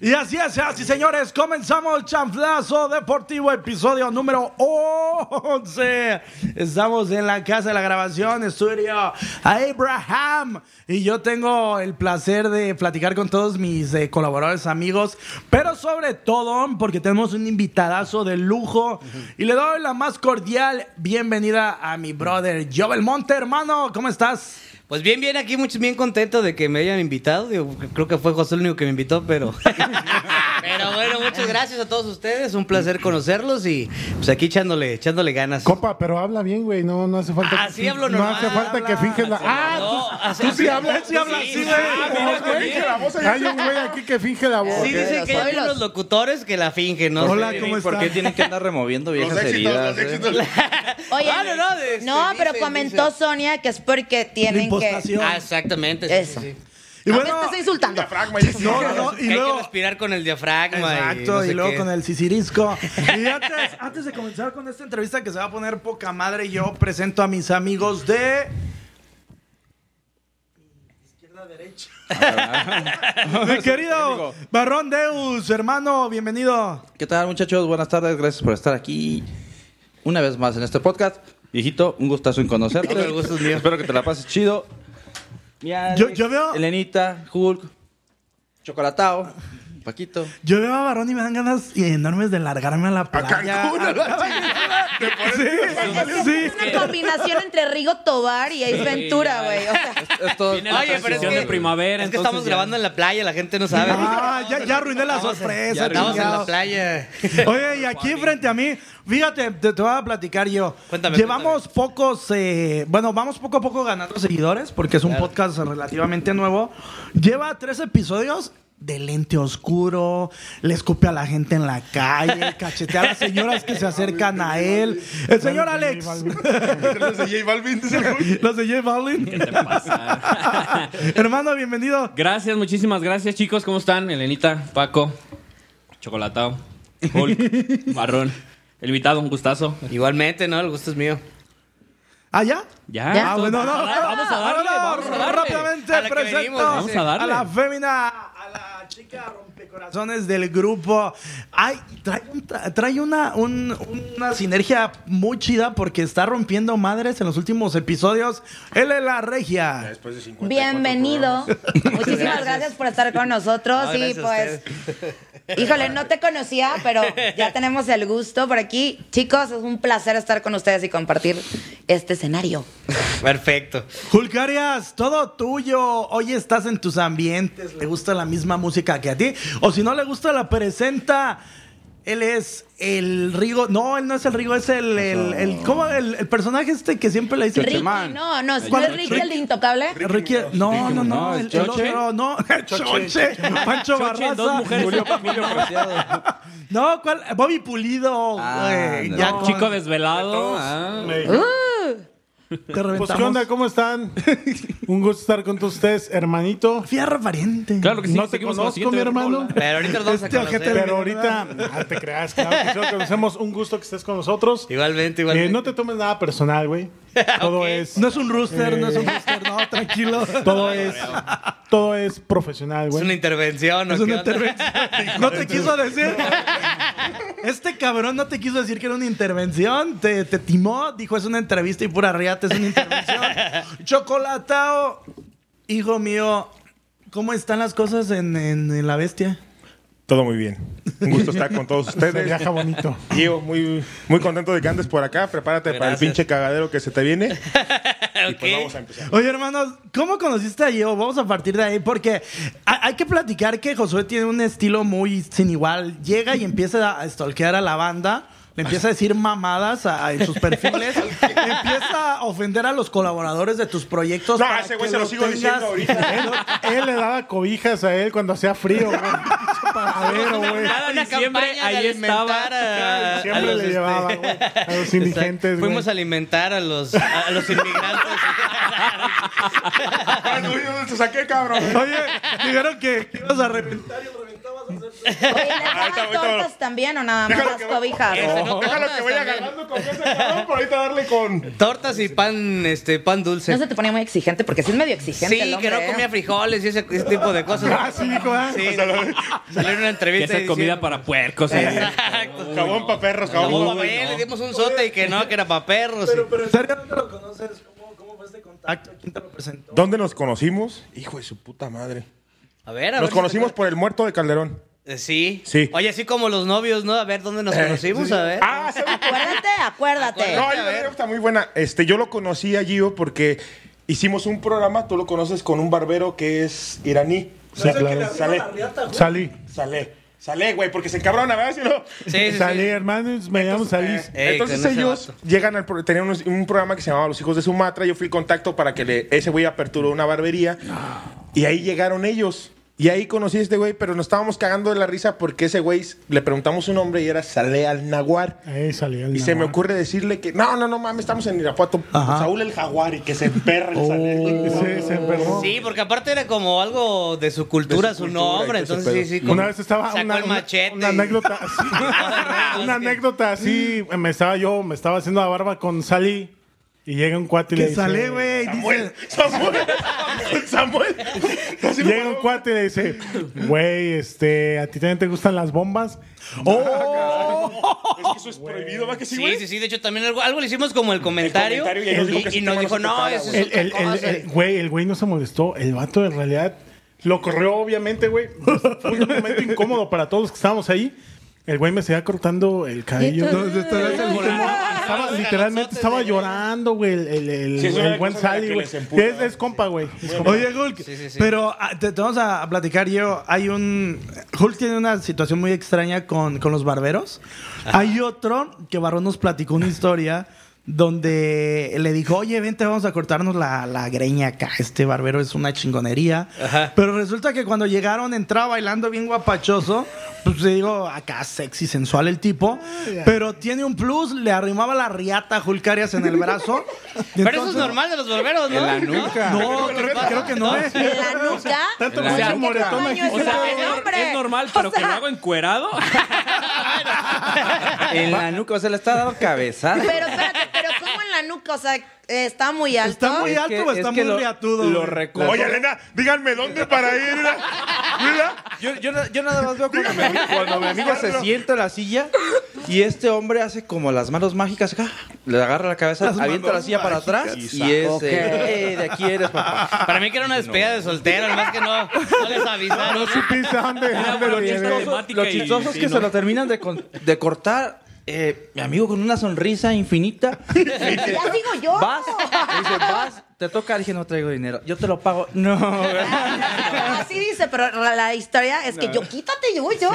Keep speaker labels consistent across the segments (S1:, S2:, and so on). S1: Y así es, así señores, comenzamos Chanflazo Deportivo, episodio número 11. Estamos en la casa de la grabación, estudio Abraham. Y yo tengo el placer de platicar con todos mis eh, colaboradores, amigos, pero sobre todo porque tenemos un invitadazo de lujo. Y le doy la más cordial bienvenida a mi brother Joel Monte, hermano, ¿cómo estás?
S2: Pues bien, bien, aquí mucho, bien contento de que me hayan invitado. Digo, creo que fue José el único que me invitó, pero. pero bueno, muchas gracias a todos ustedes. Un placer conocerlos y pues aquí echándole, echándole ganas.
S3: Compa, pero habla bien, güey. No, no hace falta.
S2: Así
S3: que,
S2: Ah, hablo
S3: No
S2: normal,
S3: hace falta
S2: habla,
S3: que finges la.
S2: así- no,
S3: Ah,
S2: así-
S3: tú, tú
S2: así-
S3: sí hablas,
S2: sí
S3: sí hablas,
S2: hablas,
S3: sí,
S2: sí,
S3: güey.
S2: ah, mira,
S3: Como que-
S2: qué
S3: Hay un güey aquí que finge la voz.
S2: Sí, dicen que hay unos locutores que la fingen, ¿no? Ah,
S1: Hola,
S2: sé.
S1: ¿cómo
S4: ¿Por
S1: está?
S4: qué tienen que andar removiendo viejas
S5: Los éxitos,
S4: heridas?
S5: los
S4: eh?
S5: éxitos.
S6: Oye,
S2: Ah, no, no, de-
S6: no,
S2: de-
S6: pero
S2: dicen,
S6: comentó
S2: dicen.
S6: Sonia que es porque
S1: La
S6: tienen que.
S1: impostación.
S2: Ah, exactamente. sí,
S6: Eso.
S2: sí, sí.
S1: Y
S7: No
S1: bueno,
S7: Ah, me estés insultando.
S5: Diafragma y eso.
S1: no, no, no,
S2: Que
S1: y
S2: hay
S1: luego...
S2: que respirar con el diafragma.
S1: Exacto, y,
S2: no sé
S1: luego
S2: qué.
S1: con el sisirisco. Y antes, antes de comenzar con esta entrevista que se va a poner poca madre, yo presento a mis amigos de. Izquierda, derecha. Mi querido Barrón Deus, hermano, bienvenido.
S4: ¿Qué tal, muchachos? Buenas tardes, gracias por estar aquí una vez más en este podcast. Viejito, un gustazo en conocerte.
S2: Otro gusto es mío.
S4: Espero que te la pases chido. Mi Alex,
S1: Yo- yo veo-
S4: Elenita, Hulk, Chocolatao, Paquito.
S1: Yo veo a Barrón y me dan ganas enormes de largarme a la
S5: A
S1: playa.
S5: Cancún,
S2: ah,
S5: a la chingada. Te pones-
S1: Sí, sí.
S7: Una combinación entre Rigo Tobar y Ace Ventura, güey. O sea,
S4: Es todo-
S8: Viene la
S2: Oye, pero es
S8: transición
S2: que-
S8: de primavera.
S2: Es que
S8: entonces
S2: estamos
S8: ya.
S2: grabando en la playa, la gente no sabe.
S1: Ah, ya, ya arruiné la
S2: Estamos en-
S1: sorpresa.
S2: Estamos en la
S1: chingado.
S2: playa.
S1: Oye, y aquí frente a mí, fíjate, te, te voy a platicar yo.
S2: Cuéntame,
S1: Llevamos pocos, eh, bueno, vamos poco a poco ganando seguidores porque es un
S2: Claro.
S1: podcast relativamente nuevo. Lleva tres episodios de lente oscuro, le escupe a la gente en la calle, cachetea a las señoras que se
S5: Ah,
S1: acercan a él. El señor Alex,
S5: Entonces, J Balvin dice el güey.
S1: los de J Balvin. Hermano, bienvenido.
S8: Gracias, muchísimas gracias, chicos. ¿Cómo están? Elenita, Paco, Chocolatao, Hulk, Marrón. El invitado, un gustazo.
S2: Igualmente, ¿no? El gusto es mío.
S1: ¿Allá?
S8: Ya.
S1: Ah, bueno, no.
S8: Vamos a darle, vamos a darle.
S1: Rápidamente
S2: A la que
S1: presento
S2: venimos, vamos
S8: a darle.
S1: la fémina, a la chica rompecorazones del grupo. Ay, trae, un- trae una, un- una sinergia muy chida porque está rompiendo madres en los últimos episodios. Él es la regia.
S5: Después de 54
S7: bienvenido.
S5: programas.
S7: Muchísimas gracias por estar con nosotros.
S2: No,
S7: y
S2: gracias a
S7: pues, híjole, no te conocía, pero ya tenemos el gusto por aquí. Chicos, es un placer estar con ustedes y compartir este escenario.
S2: Perfecto.
S1: Julcarias, todo tuyo. Hoy estás en tus ambientes. ¿Le gusta la misma música que a ti? O si no le gusta, la presenta. Él es el Rigo. No, él no es el Rigo, es el. el, el- ¿Cómo? El, el personaje este que siempre le dice.
S7: Ricky,
S4: Chachemán.
S7: no, no, ¿no
S1: ¿Cuál
S7: es
S1: es
S7: Ricky el de Intocable?
S1: Ricky, no, no, no,
S4: no,
S1: el,
S4: el
S1: el
S4: Choche.
S1: otro, no, el Choche, Pancho
S8: Choche, dos
S1: Barraza,
S8: mujeres.
S4: Julio, Julio Preciado.
S1: no, ¿cuál? Bobby Pulido,
S4: Ah,
S1: güey,
S4: no.
S1: ya
S8: Un
S1: con-
S8: Chico desvelado. ah.
S3: ¿Eh?
S1: te
S3: Pues,
S1: reventamos.
S3: ¿qué onda? ¿Cómo están? Un gusto estar con todos ustedes, hermanito.
S1: Fierro pariente.
S8: Claro que sí.
S3: No te
S8: seguimos con la
S3: conozco,
S8: siguiente
S3: mi hermano.
S2: Pero ahorita nos vamos
S1: Este
S2: a conocer.
S1: ojete-
S3: Pero ahorita, no te creas, claro que sí, lo conocemos. Un gusto que estés con nosotros.
S2: Igualmente, igualmente.
S3: Eh, no te tomes nada personal, güey. Todo es.
S1: No es un rooster, no es un rooster, no, tranquilo.
S3: Eh. Todo es. Todo es profesional,
S2: Es una
S3: güey.
S2: intervención, ¿o
S1: Es
S2: qué
S1: una
S2: onda?
S1: intervención. No te quiso decir. Este cabrón no te quiso decir que era una intervención. Te, te timó, dijo es una entrevista y pura riata, es una intervención. Chocolatao, hijo mío, ¿cómo están las cosas en, en- en la bestia?
S5: Todo muy bien. Un gusto estar con todos
S3: Se
S5: ustedes.
S3: viaja bonito.
S5: Diego, muy, muy contento de que andes por acá. Prepárate para el
S2: Gracias.
S5: pinche cagadero que se te viene. Y
S2: Ok.
S5: pues vamos a empezar.
S1: Oye, hermanos, ¿cómo conociste a Diego? Vamos a partir de ahí porque ha- hay que platicar que Josué tiene un estilo muy sin igual. Llega y empieza a stalkear a la banda. Le empieza a decir mamadas a, a- en sus perfiles. empieza a ofender a los colaboradores de tus proyectos.
S5: No,
S1: para
S5: ese güey
S1: que
S5: se lo sigo diciendo ahorita.
S3: Él, él le daba cobijas a él cuando hacía frío, güey. Pinche paradero, güey.
S8: Cada
S2: Una
S8: diciembre
S2: campaña
S8: ahí
S2: de alimentar
S8: estaba.
S2: a- a
S3: Siempre
S2: los,
S3: le
S2: este,
S3: llevaba, güey, a los indigentes, güey.
S2: Fuimos a alimentar a los, a los inmigrantes.
S5: Ay, no, yo te saqué, cabrón.
S1: Oye, dijeron que, que ibas a reventar y reventabas a hacer
S7: Oye, ¿les daban
S5: ahorita, ahorita.
S7: tortas también o nada más
S5: Déjalo
S7: las
S5: que va-
S7: cobijas?
S8: Ese no
S5: Déjalo
S8: tomas
S5: que vaya
S8: también.
S5: agarrando con ese cabrón, por ahorita darle con.
S2: Tortas y pan, este, pan dulce.
S7: ¿No se te ponía muy exigente? Porque sí es medio exigente
S2: Sí,
S7: el
S2: que
S7: hombre,
S2: no
S7: ¿eh?
S2: comía frijoles y ese, ese tipo de cosas.
S3: Ah, sí, dijo, ¿eh?
S2: Sí, salió en una
S8: Que
S2: entrevista.
S8: esa es comida
S2: diciendo-
S8: para puercos. ¿eh?
S2: Exacto.
S5: Jabón para perros,
S2: Como
S5: jabón para
S2: papel, le dimos un sote y que no, que era para perros.
S1: Pero, pero en serio, ¿dónde lo conoces? ¿Cómo, ¿Cómo fue este contacto? ¿Quién te lo presentó?
S5: ¿Dónde nos conocimos? Hijo de su puta madre.
S2: A ver, a ver
S5: Nos
S2: si
S5: conocimos
S2: te
S5: por el muerto de Calderón.
S2: acuerdas. Eh, Sí.
S5: Sí.
S2: Oye, así como los novios, ¿no? A ver, ¿dónde nos conocimos? A ver.
S5: Ah, ¿sabes?
S7: Acuérdate, acuérdate.
S5: No, hay
S2: Eh, A
S5: una
S2: ver.
S5: anécdota muy buena. Este, yo lo conocí a Gio porque hicimos un programa, tú lo conoces con un barbero que es iraní.
S3: Sí, claro.
S5: Sale,
S3: Salí.
S5: sale, sale, güey, porque se encabrona, ¿verdad? Si no-
S2: Sí, sí, sí.
S3: Salí, hermanos, me llamo Salí.
S5: Eh,
S2: Ey,
S5: Entonces
S2: con ese
S5: ellos
S2: vato.
S5: llegan al pro- tenían unos- un programa que se llamaba Los Hijos de Sumatra. Yo fui contacto para que le- ese güey aperturó una barbería. Y ahí llegaron ellos. Y ahí conocí a este güey, pero nos estábamos cagando de la risa porque ese güey s- le preguntamos su nombre y era Saleh al Nahuar.
S3: Eh, salí al
S5: Y se me
S3: Nahuatl.
S5: ocurre decirle que no, no, no mames, estamos en Irapuato. Saúl el Jaguar y que se emperra el Saleh, güey.
S3: Sí, se enfermó.
S2: Oh, Sí, porque aparte era como algo de su cultura,
S5: De su
S2: su,
S5: cultura y
S2: nombre.
S5: todo ese
S2: Entonces, sí,
S5: pedo.
S2: sí. como
S3: Una vez estaba
S2: Sacó
S3: una,
S2: el
S3: una-
S2: machete.
S3: una
S2: y-
S3: anécdota así. una anécdota así, me estaba yo, me estaba haciendo la barba con Salí y llega un cuate y le
S1: Que
S3: dice,
S1: sale, güey.
S5: Samuel,
S1: Dice,
S5: Samuel, Samuel. Así lo
S3: Llega un cuate y le dice, güey, este, ¿a ti también te gustan las bombas?
S5: Es que eso es prohibido, ¿va que sí,
S2: Sí,
S5: güey?
S2: sí, sí. De hecho, también algo, algo le hicimos como el comentario.
S5: comentario y ahí nos dijo que
S2: y-
S5: ese
S2: y nos
S5: tema
S2: dijo,
S5: no se
S2: no,
S5: tocaba,
S2: eso
S5: güey".
S2: es
S3: El,
S2: otra
S3: el, el,
S2: cosa.
S3: el- güey, el güey no se molestó. El vato en realidad lo corrió, obviamente, güey. Pues, Fue un momento incómodo para todos los que estábamos ahí. El güey me seguía cortando el cabello.
S1: ¿dónde estarás el
S3: Estaba- literalmente estaba llorando, güey. El, el, el-
S5: Sí, es una
S3: el buen
S5: cosa de la
S3: Sally,
S5: que
S3: güey.
S5: les emputa,
S3: Es, es compa, güey. Es compa.
S1: Oye, Hulk,
S2: sí, sí.
S1: pero ah, te, te vamos a, a platicar yo. Hay un. Hulk tiene una situación muy extraña con, con los barberos. Hay otro que Barrón nos platicó una historia donde le dijo: Oye, vente, vamos a cortarnos la, la greña acá. Este barbero es una chingonería.
S2: Ajá.
S1: Pero resulta que cuando llegaron entraba bailando bien guapachoso. Pues te digo, acá sexy, sensual el tipo. Pero tiene un plus, le arrimaba la riata a Hulk Arias en el brazo.
S2: Pero eso es
S1: Entonces-
S2: normal de los barberos, ¿no?
S4: En la nuca.
S1: No, creo, creo que no. ¿eh?
S7: En la nuca.
S3: Tanto
S8: O
S3: pinche
S8: sea,
S3: moretón
S7: ¿qué
S3: aquí.
S7: coño
S8: O sea, es, nor-
S7: Hombre,
S8: es normal,
S7: o
S8: pero que
S7: sea-
S8: lo hago encuerado.
S4: En la nuca, o sea, le está dando cabezada.
S7: Pero espérate, pero ¿cómo en la nuca? O sea, eh, está muy alto.
S1: Está muy
S4: Es
S1: alto
S4: que-
S1: o está
S4: es que
S1: muy
S4: lo-
S1: riatudo.
S4: Lo
S1: güey?
S4: recuerdo.
S5: Oye, Elena, díganme dónde para ir. Mira, mira.
S4: Yo, yo, na- yo nada más veo cuando mi, ami- cuando mi amigo se sienta en la silla y este hombre hace como las manos mágicas acá. Le agarra la cabeza,
S1: Las
S4: avienta la
S1: manos
S4: silla para atrás
S5: mágicas.
S4: y es eh, "Eh, de aquí eres, papá.
S2: Para mí que era una despedida de soltero, más que no, no les avisaron.
S3: No supiste a dónde, a dónde lo
S8: pero
S3: llevé.
S8: chistoso.
S4: Lo
S8: Temática
S4: lo chistoso
S8: y-
S4: es
S8: sí,
S4: que
S8: ¿no?
S4: se lo terminan de, con- de cortar. eh, mi amigo con una sonrisa infinita.
S7: Ya sigo yo.
S4: Vas, me dice, vas, te toca. Dije, no traigo dinero. Yo te lo pago. No,
S7: Así dice, pero la, la historia es que yo quítate, yo, yo.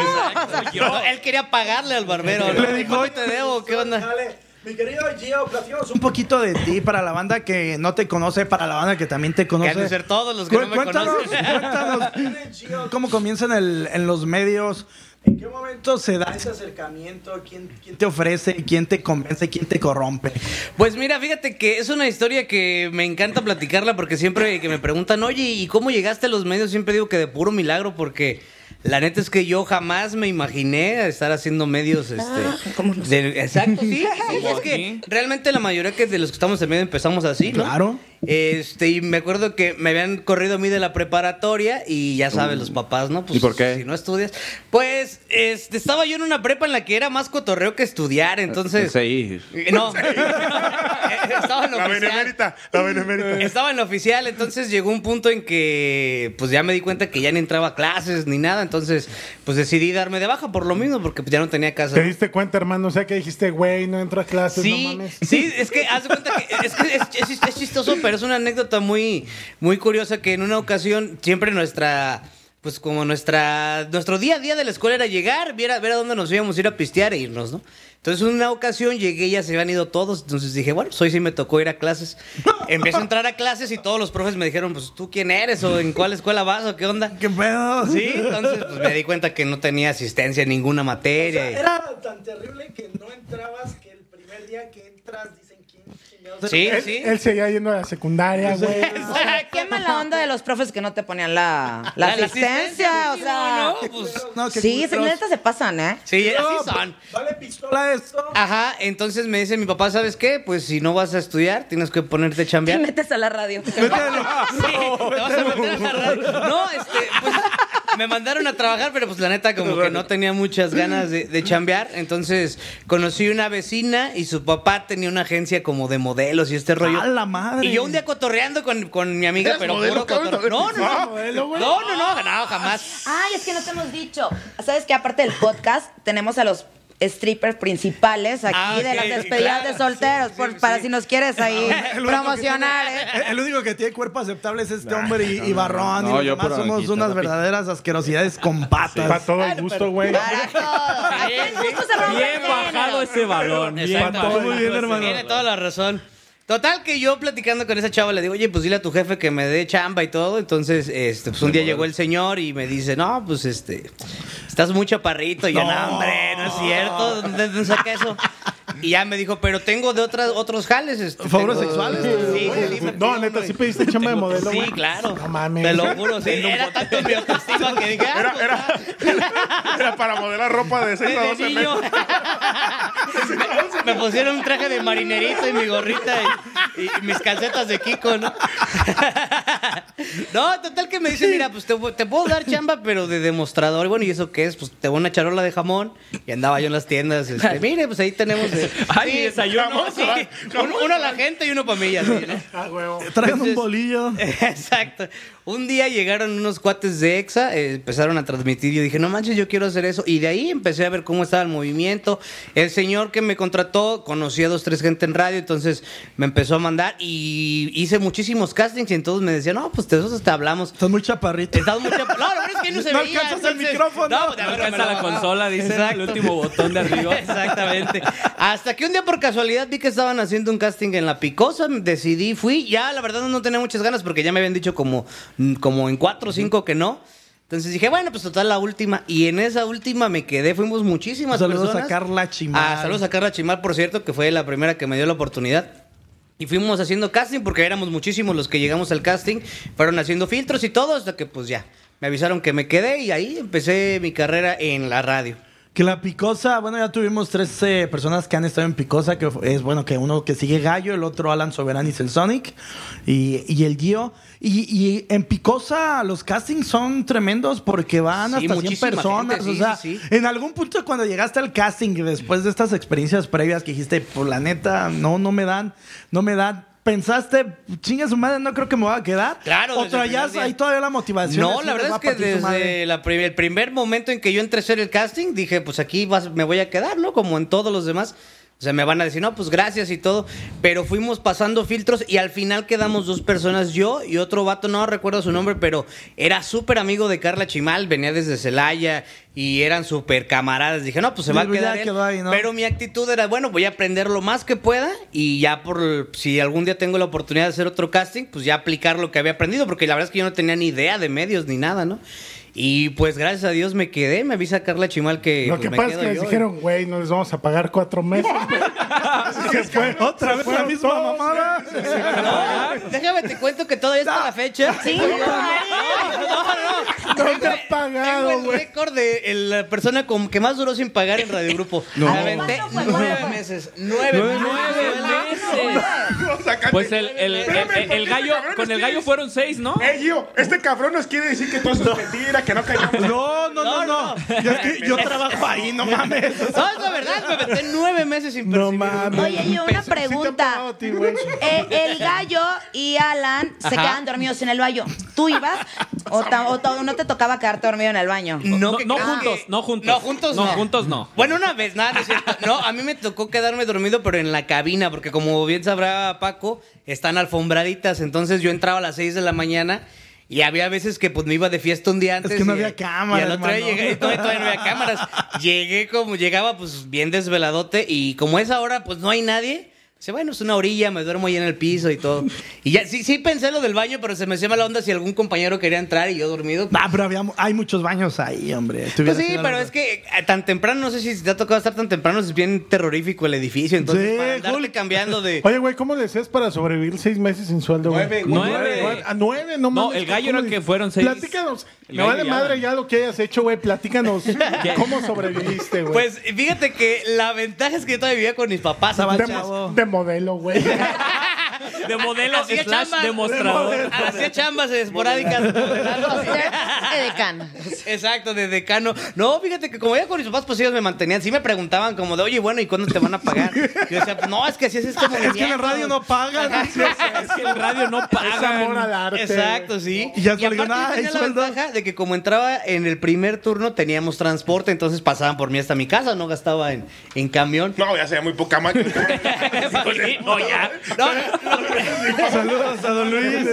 S2: No, Él quería pagarle al barbero. ¿no?
S1: Le dijo,
S2: "¿Cuánto te debo? ¿Qué onda?
S1: Dale, Mi querido Gio, platícanos un poquito de ti para la banda que no te conoce, para la banda que también te
S2: Que
S1: conoce.
S2: han de ser todos los que no
S1: Cu-
S2: me
S1: cuéntanos,
S2: conocen.
S1: cuéntanos, ¿quién es Gio? ¿cómo comienza en, el- en los medios? ¿En qué momento se da ese acercamiento? ¿Quién, quién te ofrece? ¿Quién te convence? ¿Quién te corrompe?
S2: Pues mira, fíjate que es una historia que me encanta platicarla porque siempre que me preguntan, oye, ¿y cómo llegaste a los medios? Siempre digo que de puro milagro porque la neta es que yo jamás me imaginé estar haciendo medios, este... de- exacto, sí, sí,
S8: Como
S2: es que
S8: aquí.
S2: realmente la mayoría que de los que estamos en medio empezamos así, ¿no?
S1: Claro.
S2: Este, y me acuerdo que me habían corrido a mí de la preparatoria y ya sabes, los papás, ¿no? Pues,
S4: Mm. ¿Y por qué?
S2: Si no estudias. Pues, este, estaba yo en una prepa en la que era más cotorreo que estudiar,
S4: Ah,
S2: entonces...
S4: Sí.
S2: Eh, No. Eh, Estaba en
S5: La
S2: oficial.
S5: benemérita, la benemérita.
S2: Estaba en oficial, entonces llegó un punto en que pues ya me di cuenta que ya ni entraba a clases ni nada, entonces pues decidí darme de baja por lo mismo porque pues, ya no tenía casa.
S3: ¿Te diste cuenta, hermano? O sea, que dijiste, güey, no entro a clases, no
S2: Sí,
S3: mames.
S2: sí, es que haz de cuenta que es, que es, es- es chistoso, pero es una anécdota muy, muy curiosa que en una ocasión siempre nuestra, pues como nuestra, nuestro día a día de la escuela era llegar, ver a, ver a dónde nos íbamos a ir a pistear e irnos, ¿no? Entonces en una ocasión llegué, ya se habían ido todos, entonces dije, bueno, soy sí me tocó ir a clases. Empiezo a entrar a clases y todos los profes me dijeron, pues tú quién eres o en cuál escuela vas o qué onda.
S1: ¿Qué pedo?
S2: Sí, entonces pues, me di cuenta que no tenía asistencia en ninguna materia. y-
S1: Era tan terrible que no entrabas que el primer día que entras dicen quién
S2: Sí,
S3: Él,
S2: sí.
S3: él seguía yendo a la secundaria, güey.
S7: O sea, qué mala onda de los profes que no te ponían la, la
S2: La- la
S7: asistencia, o sea.
S2: sí, no, pues,
S1: No, qué
S7: Sí, se,
S1: culeros.
S7: neta se pasan, ¿eh?
S2: sí,
S1: No, pues,
S2: así son.
S1: Vale pistola esto.
S2: Ajá, entonces me dice mi papá, ¿sabes qué? Pues si no vas a estudiar, tienes que ponerte a
S7: Te
S2: chambear.
S7: metes a la radio.
S2: Sí, te vas a meter a la radio. No, este, pues me mandaron a trabajar, pero pues la neta como que no tenía muchas ganas de, de chambear. Entonces conocí una vecina y su papá tenía una agencia como de modelos y este rollo.
S1: A ah, la madre.
S2: Y yo un día cotorreando con, con mi amiga,
S5: ¿Eres
S2: pero
S5: modelo,
S2: puro
S5: cabrón?
S2: cotorreo. No,
S5: Ah,
S2: no, no, no, no, no, no, jamás.
S7: Ay, es que no te hemos dicho. ¿Sabes qué? Aparte del podcast, tenemos a los strippers principales aquí
S2: Ah,
S7: de
S2: ok,
S7: las despedidas
S2: claro.
S7: de solteros,
S2: Sí,
S7: por-
S2: sí,
S7: para
S2: sí.
S7: si nos quieres ahí
S1: El único que
S7: promocionar,
S1: tiene-
S7: ¿eh?
S1: el- El único que tiene cuerpo aceptable es este hombre y, y barrón.
S4: no,
S1: y los
S4: yo
S1: demás
S4: por
S1: somos
S4: aquí,
S1: unas
S4: está la pi-
S1: verdaderas asquerosidades con
S3: Para
S1: patas.
S3: todo el gusto, güey.
S7: Para todo. Aquí el gusto se rompe
S8: Bien
S7: el género.
S8: bajado ese balón. Bien
S2: Exacto.
S8: bajado.
S1: Muy bien, hermano.
S2: Tiene toda la razón. Total que yo platicando con esa chava le digo, oye, pues dile a tu jefe que me dé chamba y todo. Entonces, este, pues un día llegó el señor y me dice, no, pues este, estás muy chaparrito. Y yo, no, hombre, no es cierto. ¿Dónde dónde saca eso? Y ya me dijo, pero tengo de otras, otros jales. este,
S1: Favores
S2: tengo-
S1: sexuales.
S2: Sí, sí, sí,
S3: No,
S2: sí,
S3: neta,
S2: hombre.
S3: sí pediste chamba de modelo,
S2: Sí,
S3: güey.
S2: claro.
S3: No mames.
S2: Te lo juro, sí. Era tanto mi autoestima que dije, ah,
S5: Era,
S2: pues,
S5: era, era para modelar ropa de 6 a
S2: Desde
S5: 12
S2: niño.
S5: metros.
S2: me pusieron un traje de marinerito y mi gorrita y, y- y mis calcetas de Kiko, ¿no? no, total que me dice, mira, pues te, te puedo dar chamba, pero de demostrador. Bueno, ¿y eso qué es? Pues te voy a una charola de jamón. Y andaba yo en las tiendas. Este, Mire, pues ahí tenemos... de-
S8: Ay,
S2: Sí,
S8: desayuno.
S2: sí, uno, uno a la gente y uno para mí, ya, sí, ¿no?
S3: Ah, huevo.
S1: Traigan un
S2: Entonces- eh,
S1: bolillo.
S2: Exacto. Un día llegaron unos cuates de EXA, eh, empezaron a transmitir. Yo dije, no manches, yo quiero hacer eso. Y de ahí empecé a ver cómo estaba el movimiento. El señor que me contrató conocía a dos, tres gente en radio, entonces me empezó a mandar y hice muchísimos castings y entonces me decían, no, pues de eso te hablamos.
S1: Estás muy chaparrito.
S2: Estás muy chap- No, lo bueno es que no se
S1: No
S2: veía,
S1: alcanzas el
S2: entonces-
S1: micrófono.
S2: No, pues, a ver,
S8: Alcanza
S2: pero-
S8: la consola, dice el
S2: Exacto.
S8: último botón de arriba.
S2: Exactamente. Hasta que un día por casualidad vi que estaban haciendo un casting en La Picosa, decidí, fui, ya la verdad no tenía muchas ganas porque ya me habían dicho como, mm, como en cuatro o cinco que no. Entonces dije, bueno, pues total la última. Y en esa última me quedé, fuimos muchísimas
S1: Saludos
S2: personas.
S1: a Carla Chimal.
S2: Ah, saludos a Carla Chimal, por cierto, que fue la primera que me dio la oportunidad. Y fuimos haciendo casting porque éramos muchísimos los que llegamos al casting. Fueron haciendo filtros y todo hasta que pues ya. Me avisaron que me quedé y ahí empecé mi carrera en la radio.
S1: Que la Picosa, bueno, ya tuvimos tres eh, personas que han estado en Picosa, que es bueno, que uno que sigue Gallo, el otro Alan Soberanis, el Sonic, y, y el Gio. Y, y en Picosa los castings son tremendos porque van
S2: Sí,
S1: hasta 100
S2: muchísima
S1: personas.
S2: gente,
S1: o
S2: sí,
S1: sea,
S2: sí, sí.
S1: en algún punto cuando llegaste al casting, después de estas experiencias previas que dijiste, por la neta, no, no me dan, no me dan. Pensaste, chinga su madre, no creo que me voy a quedar.
S2: Claro,
S1: O
S2: desde el primer
S1: traías
S2: día.
S1: ahí todavía la motivación.
S2: No,
S1: así, les
S2: la
S1: va
S2: verdad es
S1: a
S2: que
S1: partir su madre.
S2: desde la prim- el primer momento en que yo entré a hacer el casting, dije, pues aquí vas- me voy a quedar, ¿no? Como en todos los demás. O sea, me van a decir, no, pues gracias y todo. Pero fuimos pasando filtros y al final quedamos dos personas, yo y otro vato, no recuerdo su nombre, pero era súper amigo de Carla Chimal, venía desde Celaya y eran súper camaradas. Dije, no, pues se va a
S1: Ya
S2: quedar. él".
S1: quedó ahí, ¿no?
S2: Pero mi actitud era, bueno, voy a aprender lo más que pueda y ya por si algún día tengo la oportunidad de hacer otro casting, pues ya aplicar lo que había aprendido, porque la verdad es que yo no tenía ni idea de medios ni nada, ¿no? Y pues gracias a Dios me quedé, me avisa Carla Chimal que
S3: Lo
S2: pues,
S3: que
S2: me
S3: pasa es
S2: quedo
S3: que les
S2: yo.
S3: dijeron, güey, no les vamos a pagar cuatro meses. güey". Se fue-
S1: Otra
S3: se
S1: vez la
S3: fueron
S1: misma
S3: todos.
S1: mamada.
S2: No, déjame te cuento que todavía hasta la fecha.
S7: Sí,
S2: No,
S7: no,
S2: no,
S3: No te
S2: Tengo-
S3: ha pagado,
S2: Tengo el
S3: güey.
S2: récord de el- la persona con- que más duró sin pagar en Radio Grupo. No.
S7: ¿Cuánto fue?
S2: nueve
S7: ¿Cuánto fue?
S2: meses. Nueve,
S8: Nueve
S2: meses.
S8: meses.
S5: Sácate.
S8: Pues el, el, el-
S5: Espérame,
S8: el- el
S5: ¿por qué
S8: gallo,
S5: cabrones
S8: con el gallo
S5: tienes?
S8: fueron seis, ¿no?
S5: Eh, Gio, este cabrón nos quiere decir que todo eso es mentira, que no callamos.
S1: No, no, no, no. Yo, es que yo trabajo ahí, no
S2: Pues
S1: mames.
S2: No, es la verdad, me metí nueve meses sin
S3: No
S2: percibir.
S3: mames.
S7: Oye, y una
S3: Sí te han pagado
S7: pregunta.
S3: a ti, güey.
S7: Eh, el gallo y Alan se
S8: Ajá.
S7: quedan dormidos en el baño. ¿Tú ibas o, ta- o ta- o no te tocaba quedarte dormido en el baño?
S8: No,
S2: que
S8: no
S2: creo
S8: juntos,
S2: que-
S8: no juntos.
S2: No juntos no.
S8: No, juntos no.
S2: Bueno, una vez, nada, no es cierto. No, a mí me tocó quedarme dormido, pero en la cabina, porque como bien sabrá Paco, están alfombraditas. Entonces yo entraba a las 6 de la mañana y había veces que pues me iba de fiesta un día antes.
S1: que no
S2: y-
S1: había cámaras,
S2: Y al otro día
S1: mano.
S2: llegué, todavía, todavía no había cámaras. Llegué como, llegaba pues bien desveladote y como es ahora, pues no hay nadie. Dice, bueno, es una orilla, me duermo ahí en el piso y todo. Y ya, sí, sí pensé lo del baño, pero se me hacía mala onda si algún compañero quería entrar y yo dormido.
S1: Ah, pero había, mu- hay muchos baños ahí, hombre. Te
S2: Pues
S1: hubiera
S2: sí,
S1: sido
S2: pero
S1: la-
S2: es que eh, tan temprano, no sé si te ha tocado estar tan temprano, es bien terrorífico el edificio. Entonces,
S1: Sí,
S2: para andarte cambiando de.
S3: Oye, güey, ¿cómo le decías para sobrevivir seis meses sin sueldo, güey?
S2: eh,
S8: güey.
S5: Nueve,
S3: Nueve. A nueve, no
S8: No,
S3: mames,
S8: el gallo
S3: ¿cómo
S8: era
S3: le-
S8: que fueron seis.
S3: Platícanos.
S8: El
S3: Me
S8: gallo
S3: vale
S8: ya,
S3: madre
S8: güey.
S3: ya lo que hayas hecho, güey. Platícanos. ¿Cómo sobreviviste, güey?
S2: Pues fíjate que la ventaja es que yo todavía vivía con mis papás.
S1: Estaba
S3: de,
S2: ¿sabes?
S1: chavo.
S3: de modelo, güey.
S8: De modelo
S2: pues, Hacía
S8: slash
S2: chamba.
S8: demostrador.
S2: Hacía chambas esporádicas.
S6: Edecán.
S2: Exacto, de decano. No, fíjate que como ya con mis papás, pues ellos me mantenían. Sí me preguntaban como de, oye, bueno, ¿y cuándo te van a pagar? Yo decía, pues, no, es que así es, es como...
S1: Es que en la radio no pagan.
S8: Es que el radio no
S3: Es amor
S8: paga.
S3: al arte.
S2: Exacto, sí.
S1: Y ya salió,
S2: aparte
S1: "Nah,
S2: yo tenía
S1: hay
S2: la
S1: sueldo".
S2: ventaja de que como entraba en el primer turno teníamos transporte, entonces pasaban por mí hasta mi casa, no gastaba en, en camión.
S5: No, ya sería muy poca máquina.
S8: Pues No, ya.
S2: No, lo,
S1: Saludos a don Luis.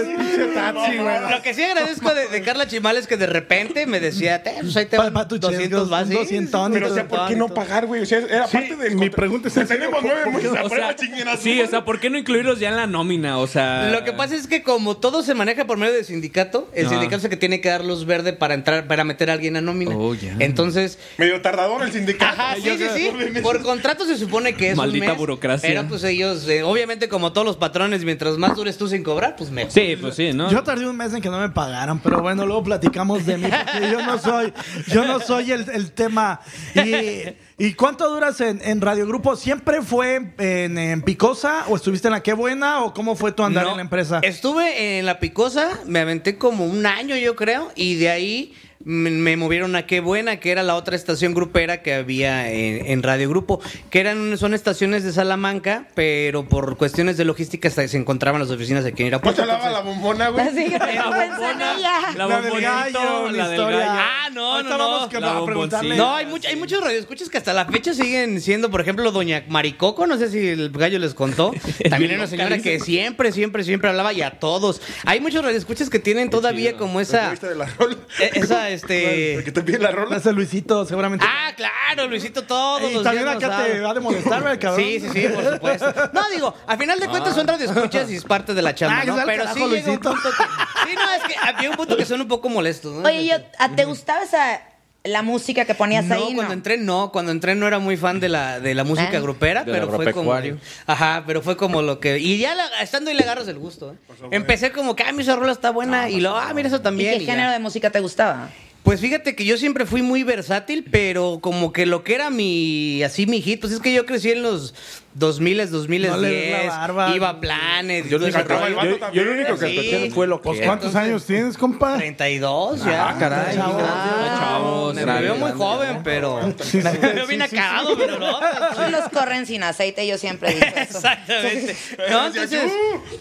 S2: lo que sí agradezco de, de Carla Chimal es que de repente me decía, "Te, pues ahí te
S1: Pa-
S2: van
S1: pa' tu
S2: 200
S1: chescos,
S2: más. sí,
S1: 200
S2: sí,
S5: Pero, o
S2: sí,
S5: sea, ¿por qué no pagar, güey? O sea, era
S3: Sí,
S5: parte del.
S3: mi
S5: contra-
S3: pregunta es en serio.
S5: Tenemos nueve meses a
S8: O
S5: prueba,
S8: sea,
S5: chingueras.
S8: sí, o sea, ¿por qué no incluirlos ya en la nómina? O sea.
S2: Lo que pasa es que como todo se maneja por medio de sindicato, el
S8: Ajá.
S2: sindicato es el que tiene que dar luz verde para entrar, para meter a alguien a nómina.
S8: Oh, ya.
S2: Entonces,
S5: Medio tardador el sindicato. Pues
S2: Ajá, sí,
S5: Yo
S2: sí,
S5: creo que nueve
S2: sí.
S5: meses.
S2: Por contrato se supone que es
S8: Maldita
S2: un mes,
S8: burocracia.
S2: Pero pues ellos, eh, obviamente como todos los patrones, mientras más dures tú sin cobrar, pues mejor.
S8: Sí, pues sí, ¿no?
S1: Yo tardé un mes en que no me pagaran, pero bueno, luego platicamos de mí, porque yo no soy, yo no soy el, el tema. ¿Y, y cuánto duras en, en Radio Grupo? ¿Siempre fue en, en Picosa o estuviste en la Qué Buena o cómo fue tu andar
S2: No,
S1: en la empresa?
S2: Estuve en La Picosa, me aventé como un año, yo creo, y de ahí me, me movieron a Qué Buena, que era la otra estación grupera que había en, en Radio Grupo, que eran son estaciones de Salamanca, pero por cuestiones de logística hasta se encontraban las oficinas aquí en
S5: ¿Cómo
S2: Irapuato.
S5: te hablaba la bombona, güey?
S6: Así que
S8: La bombona, la
S1: La del
S8: bombonito,
S1: gallo, mi
S8: la del
S1: historia.
S8: gallo.
S2: Ah, no,
S1: Ahorita
S2: no, no.
S1: vamos que-
S8: La
S1: a preguntarle.
S8: bomboncita.
S2: No, hay, mucho, hay muchos radioescuchas que hasta la fecha siguen siendo, por ejemplo, Doña Maricoco, no sé si el gallo les contó. También era una señora que siempre, siempre, siempre hablaba y a todos. Hay muchos radioescuchas que tienen todavía
S1: Pues
S2: como esa.
S5: ¿Viste de la rola?
S2: e- Esa,
S5: Porque
S2: este.
S5: te pide la rola.
S1: Gracias, Luisito, seguramente.
S2: Ah, claro, Luisito, todos.
S1: y
S2: los
S1: también
S2: días nos
S1: acá te
S2: habla.
S1: va de molestar, ¿verdad, cabrón?
S2: Sí, sí, sí, por supuesto. No, digo, al final de cuentas son radioescuchas y es parte de la chamba,
S1: Ah,
S2: ¿no?
S1: que sea el
S2: Pero sí
S1: carajo,
S2: llega un
S1: Luisito.
S2: punto que... Sí, no, es que había un punto que son un poco molestos, ¿no?
S7: Oye, yo, ¿a- ¿te gustaba esa, la música que ponías
S2: no,
S7: ahí?
S2: cuando
S7: No. ¿Eh?
S2: entré no, cuando entré no era muy fan de la, de la música
S6: Ah.
S2: grupera,
S4: Del
S2: pero fue como
S4: agropecuario.
S2: Ajá, pero fue como lo que y ya la- estando ahí le agarras el gusto. ¿eh? Empecé como que ah, mi esa rola está buena y luego ah, mira eso
S7: ¿Y
S2: también.
S7: qué
S2: y ya.
S7: género de música te gustaba?
S2: Pues fíjate que yo siempre fui muy versátil, pero como que lo que era mi así mi hit, pues es que yo crecí en los 2000, 2010,
S1: No le ves la barba.
S2: iba a planes,
S4: Yo
S2: todo ese
S5: cantaba el
S2: rollo.
S5: vato
S4: Yo, yo lo único que
S2: Sí.
S4: escuché fue lo que.
S3: Pues, ¿Cuántos
S2: Entonces-
S3: años tienes, compa?
S2: 32 ya.
S4: Ah, caray.
S2: Chavo.
S4: Ah,
S8: chavos.
S2: me veo muy
S4: Grande,
S2: joven, pero me veo bien acabado, pero no.
S7: Todos los corren sin aceite, yo siempre digo eso.
S2: Exactamente. No, entonces,
S7: Yo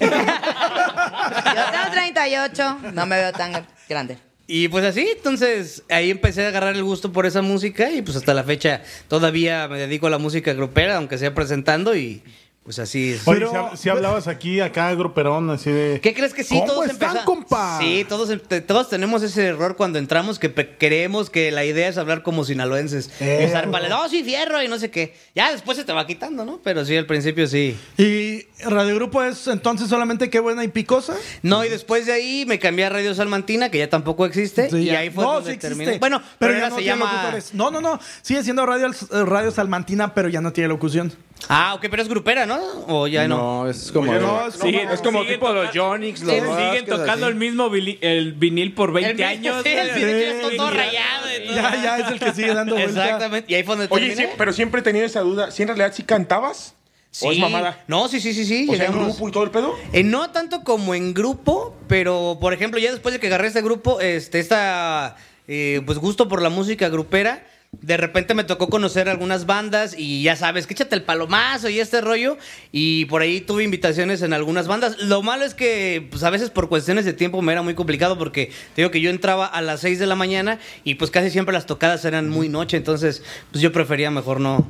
S7: tengo 38, no me veo tan grande.
S2: y pues así, entonces ahí empecé a agarrar el gusto por esa música y pues hasta la fecha todavía me dedico a la música grupera, aunque sea presentando y pues así es.
S3: Oye,
S1: Pero-
S3: si, hab- si hablabas aquí, acá, gruperón, así de...
S2: pues ¿Qué crees que sí?
S3: ¿Cómo
S2: todos
S3: están,
S2: empeza-
S3: compa?
S2: Sí, todos, empe- todos tenemos ese error cuando entramos que pe- creemos que la idea es hablar como sinaloenses.
S3: Eh.
S2: Y usar pales, no, sí, fierro y no sé qué. Ya después se te va quitando, ¿no? Pero sí, al principio sí.
S1: Y Radio Grupo es entonces solamente Qué Buena y Picosa.
S2: No, y después de ahí me cambié a Radio Salmantina, que ya tampoco existe.
S1: Sí,
S2: y
S1: ya.
S2: ahí fue
S1: no,
S2: donde
S1: sí existe.
S2: terminé. Bueno, pero,
S1: ya
S2: ahora
S1: no
S2: se
S1: tiene
S2: llama.
S1: locutores. No, no, no. Sigue siendo Radio, eh, Radio Salmantina, pero ya no tiene locución.
S2: Ah, ok, pero es grupera, ¿no? O ya no.
S4: No, es como.
S5: No, es
S8: Sí,
S5: como-
S4: es como
S8: Siguen
S4: tipo
S8: toca-
S4: los Jonix, los
S8: Sí,
S4: Vascos,
S8: siguen tocando
S4: así.
S8: el mismo vili- el vinil por 20
S2: El mismo-
S8: años.
S2: sí, el vinil ya está todo
S8: Sí,
S2: rayado y todo.
S1: Ya, ya es el que sigue dando vuelta.
S2: Exactamente. Y ahí fue donde
S5: Oye,
S2: terminé.
S5: sí, pero siempre he tenido esa duda. ¿Si en realidad sí cantabas? ¿O es mamada?
S2: No, sí, sí, sí, sí.
S5: O sea, en
S2: llegamos.
S5: grupo y todo el pedo.
S2: Eh, no tanto como en grupo, pero por ejemplo, ya después de que agarré este grupo, este, esta, eh, pues gusto por la música grupera, de repente me tocó conocer algunas bandas y ya sabes, que échate el palomazo y este rollo, y por ahí tuve invitaciones en algunas bandas. Lo malo es que, pues a veces por cuestiones de tiempo me era muy complicado porque te digo que yo entraba a las 6 de la mañana y pues casi siempre las tocadas eran muy noche, entonces pues yo prefería mejor no.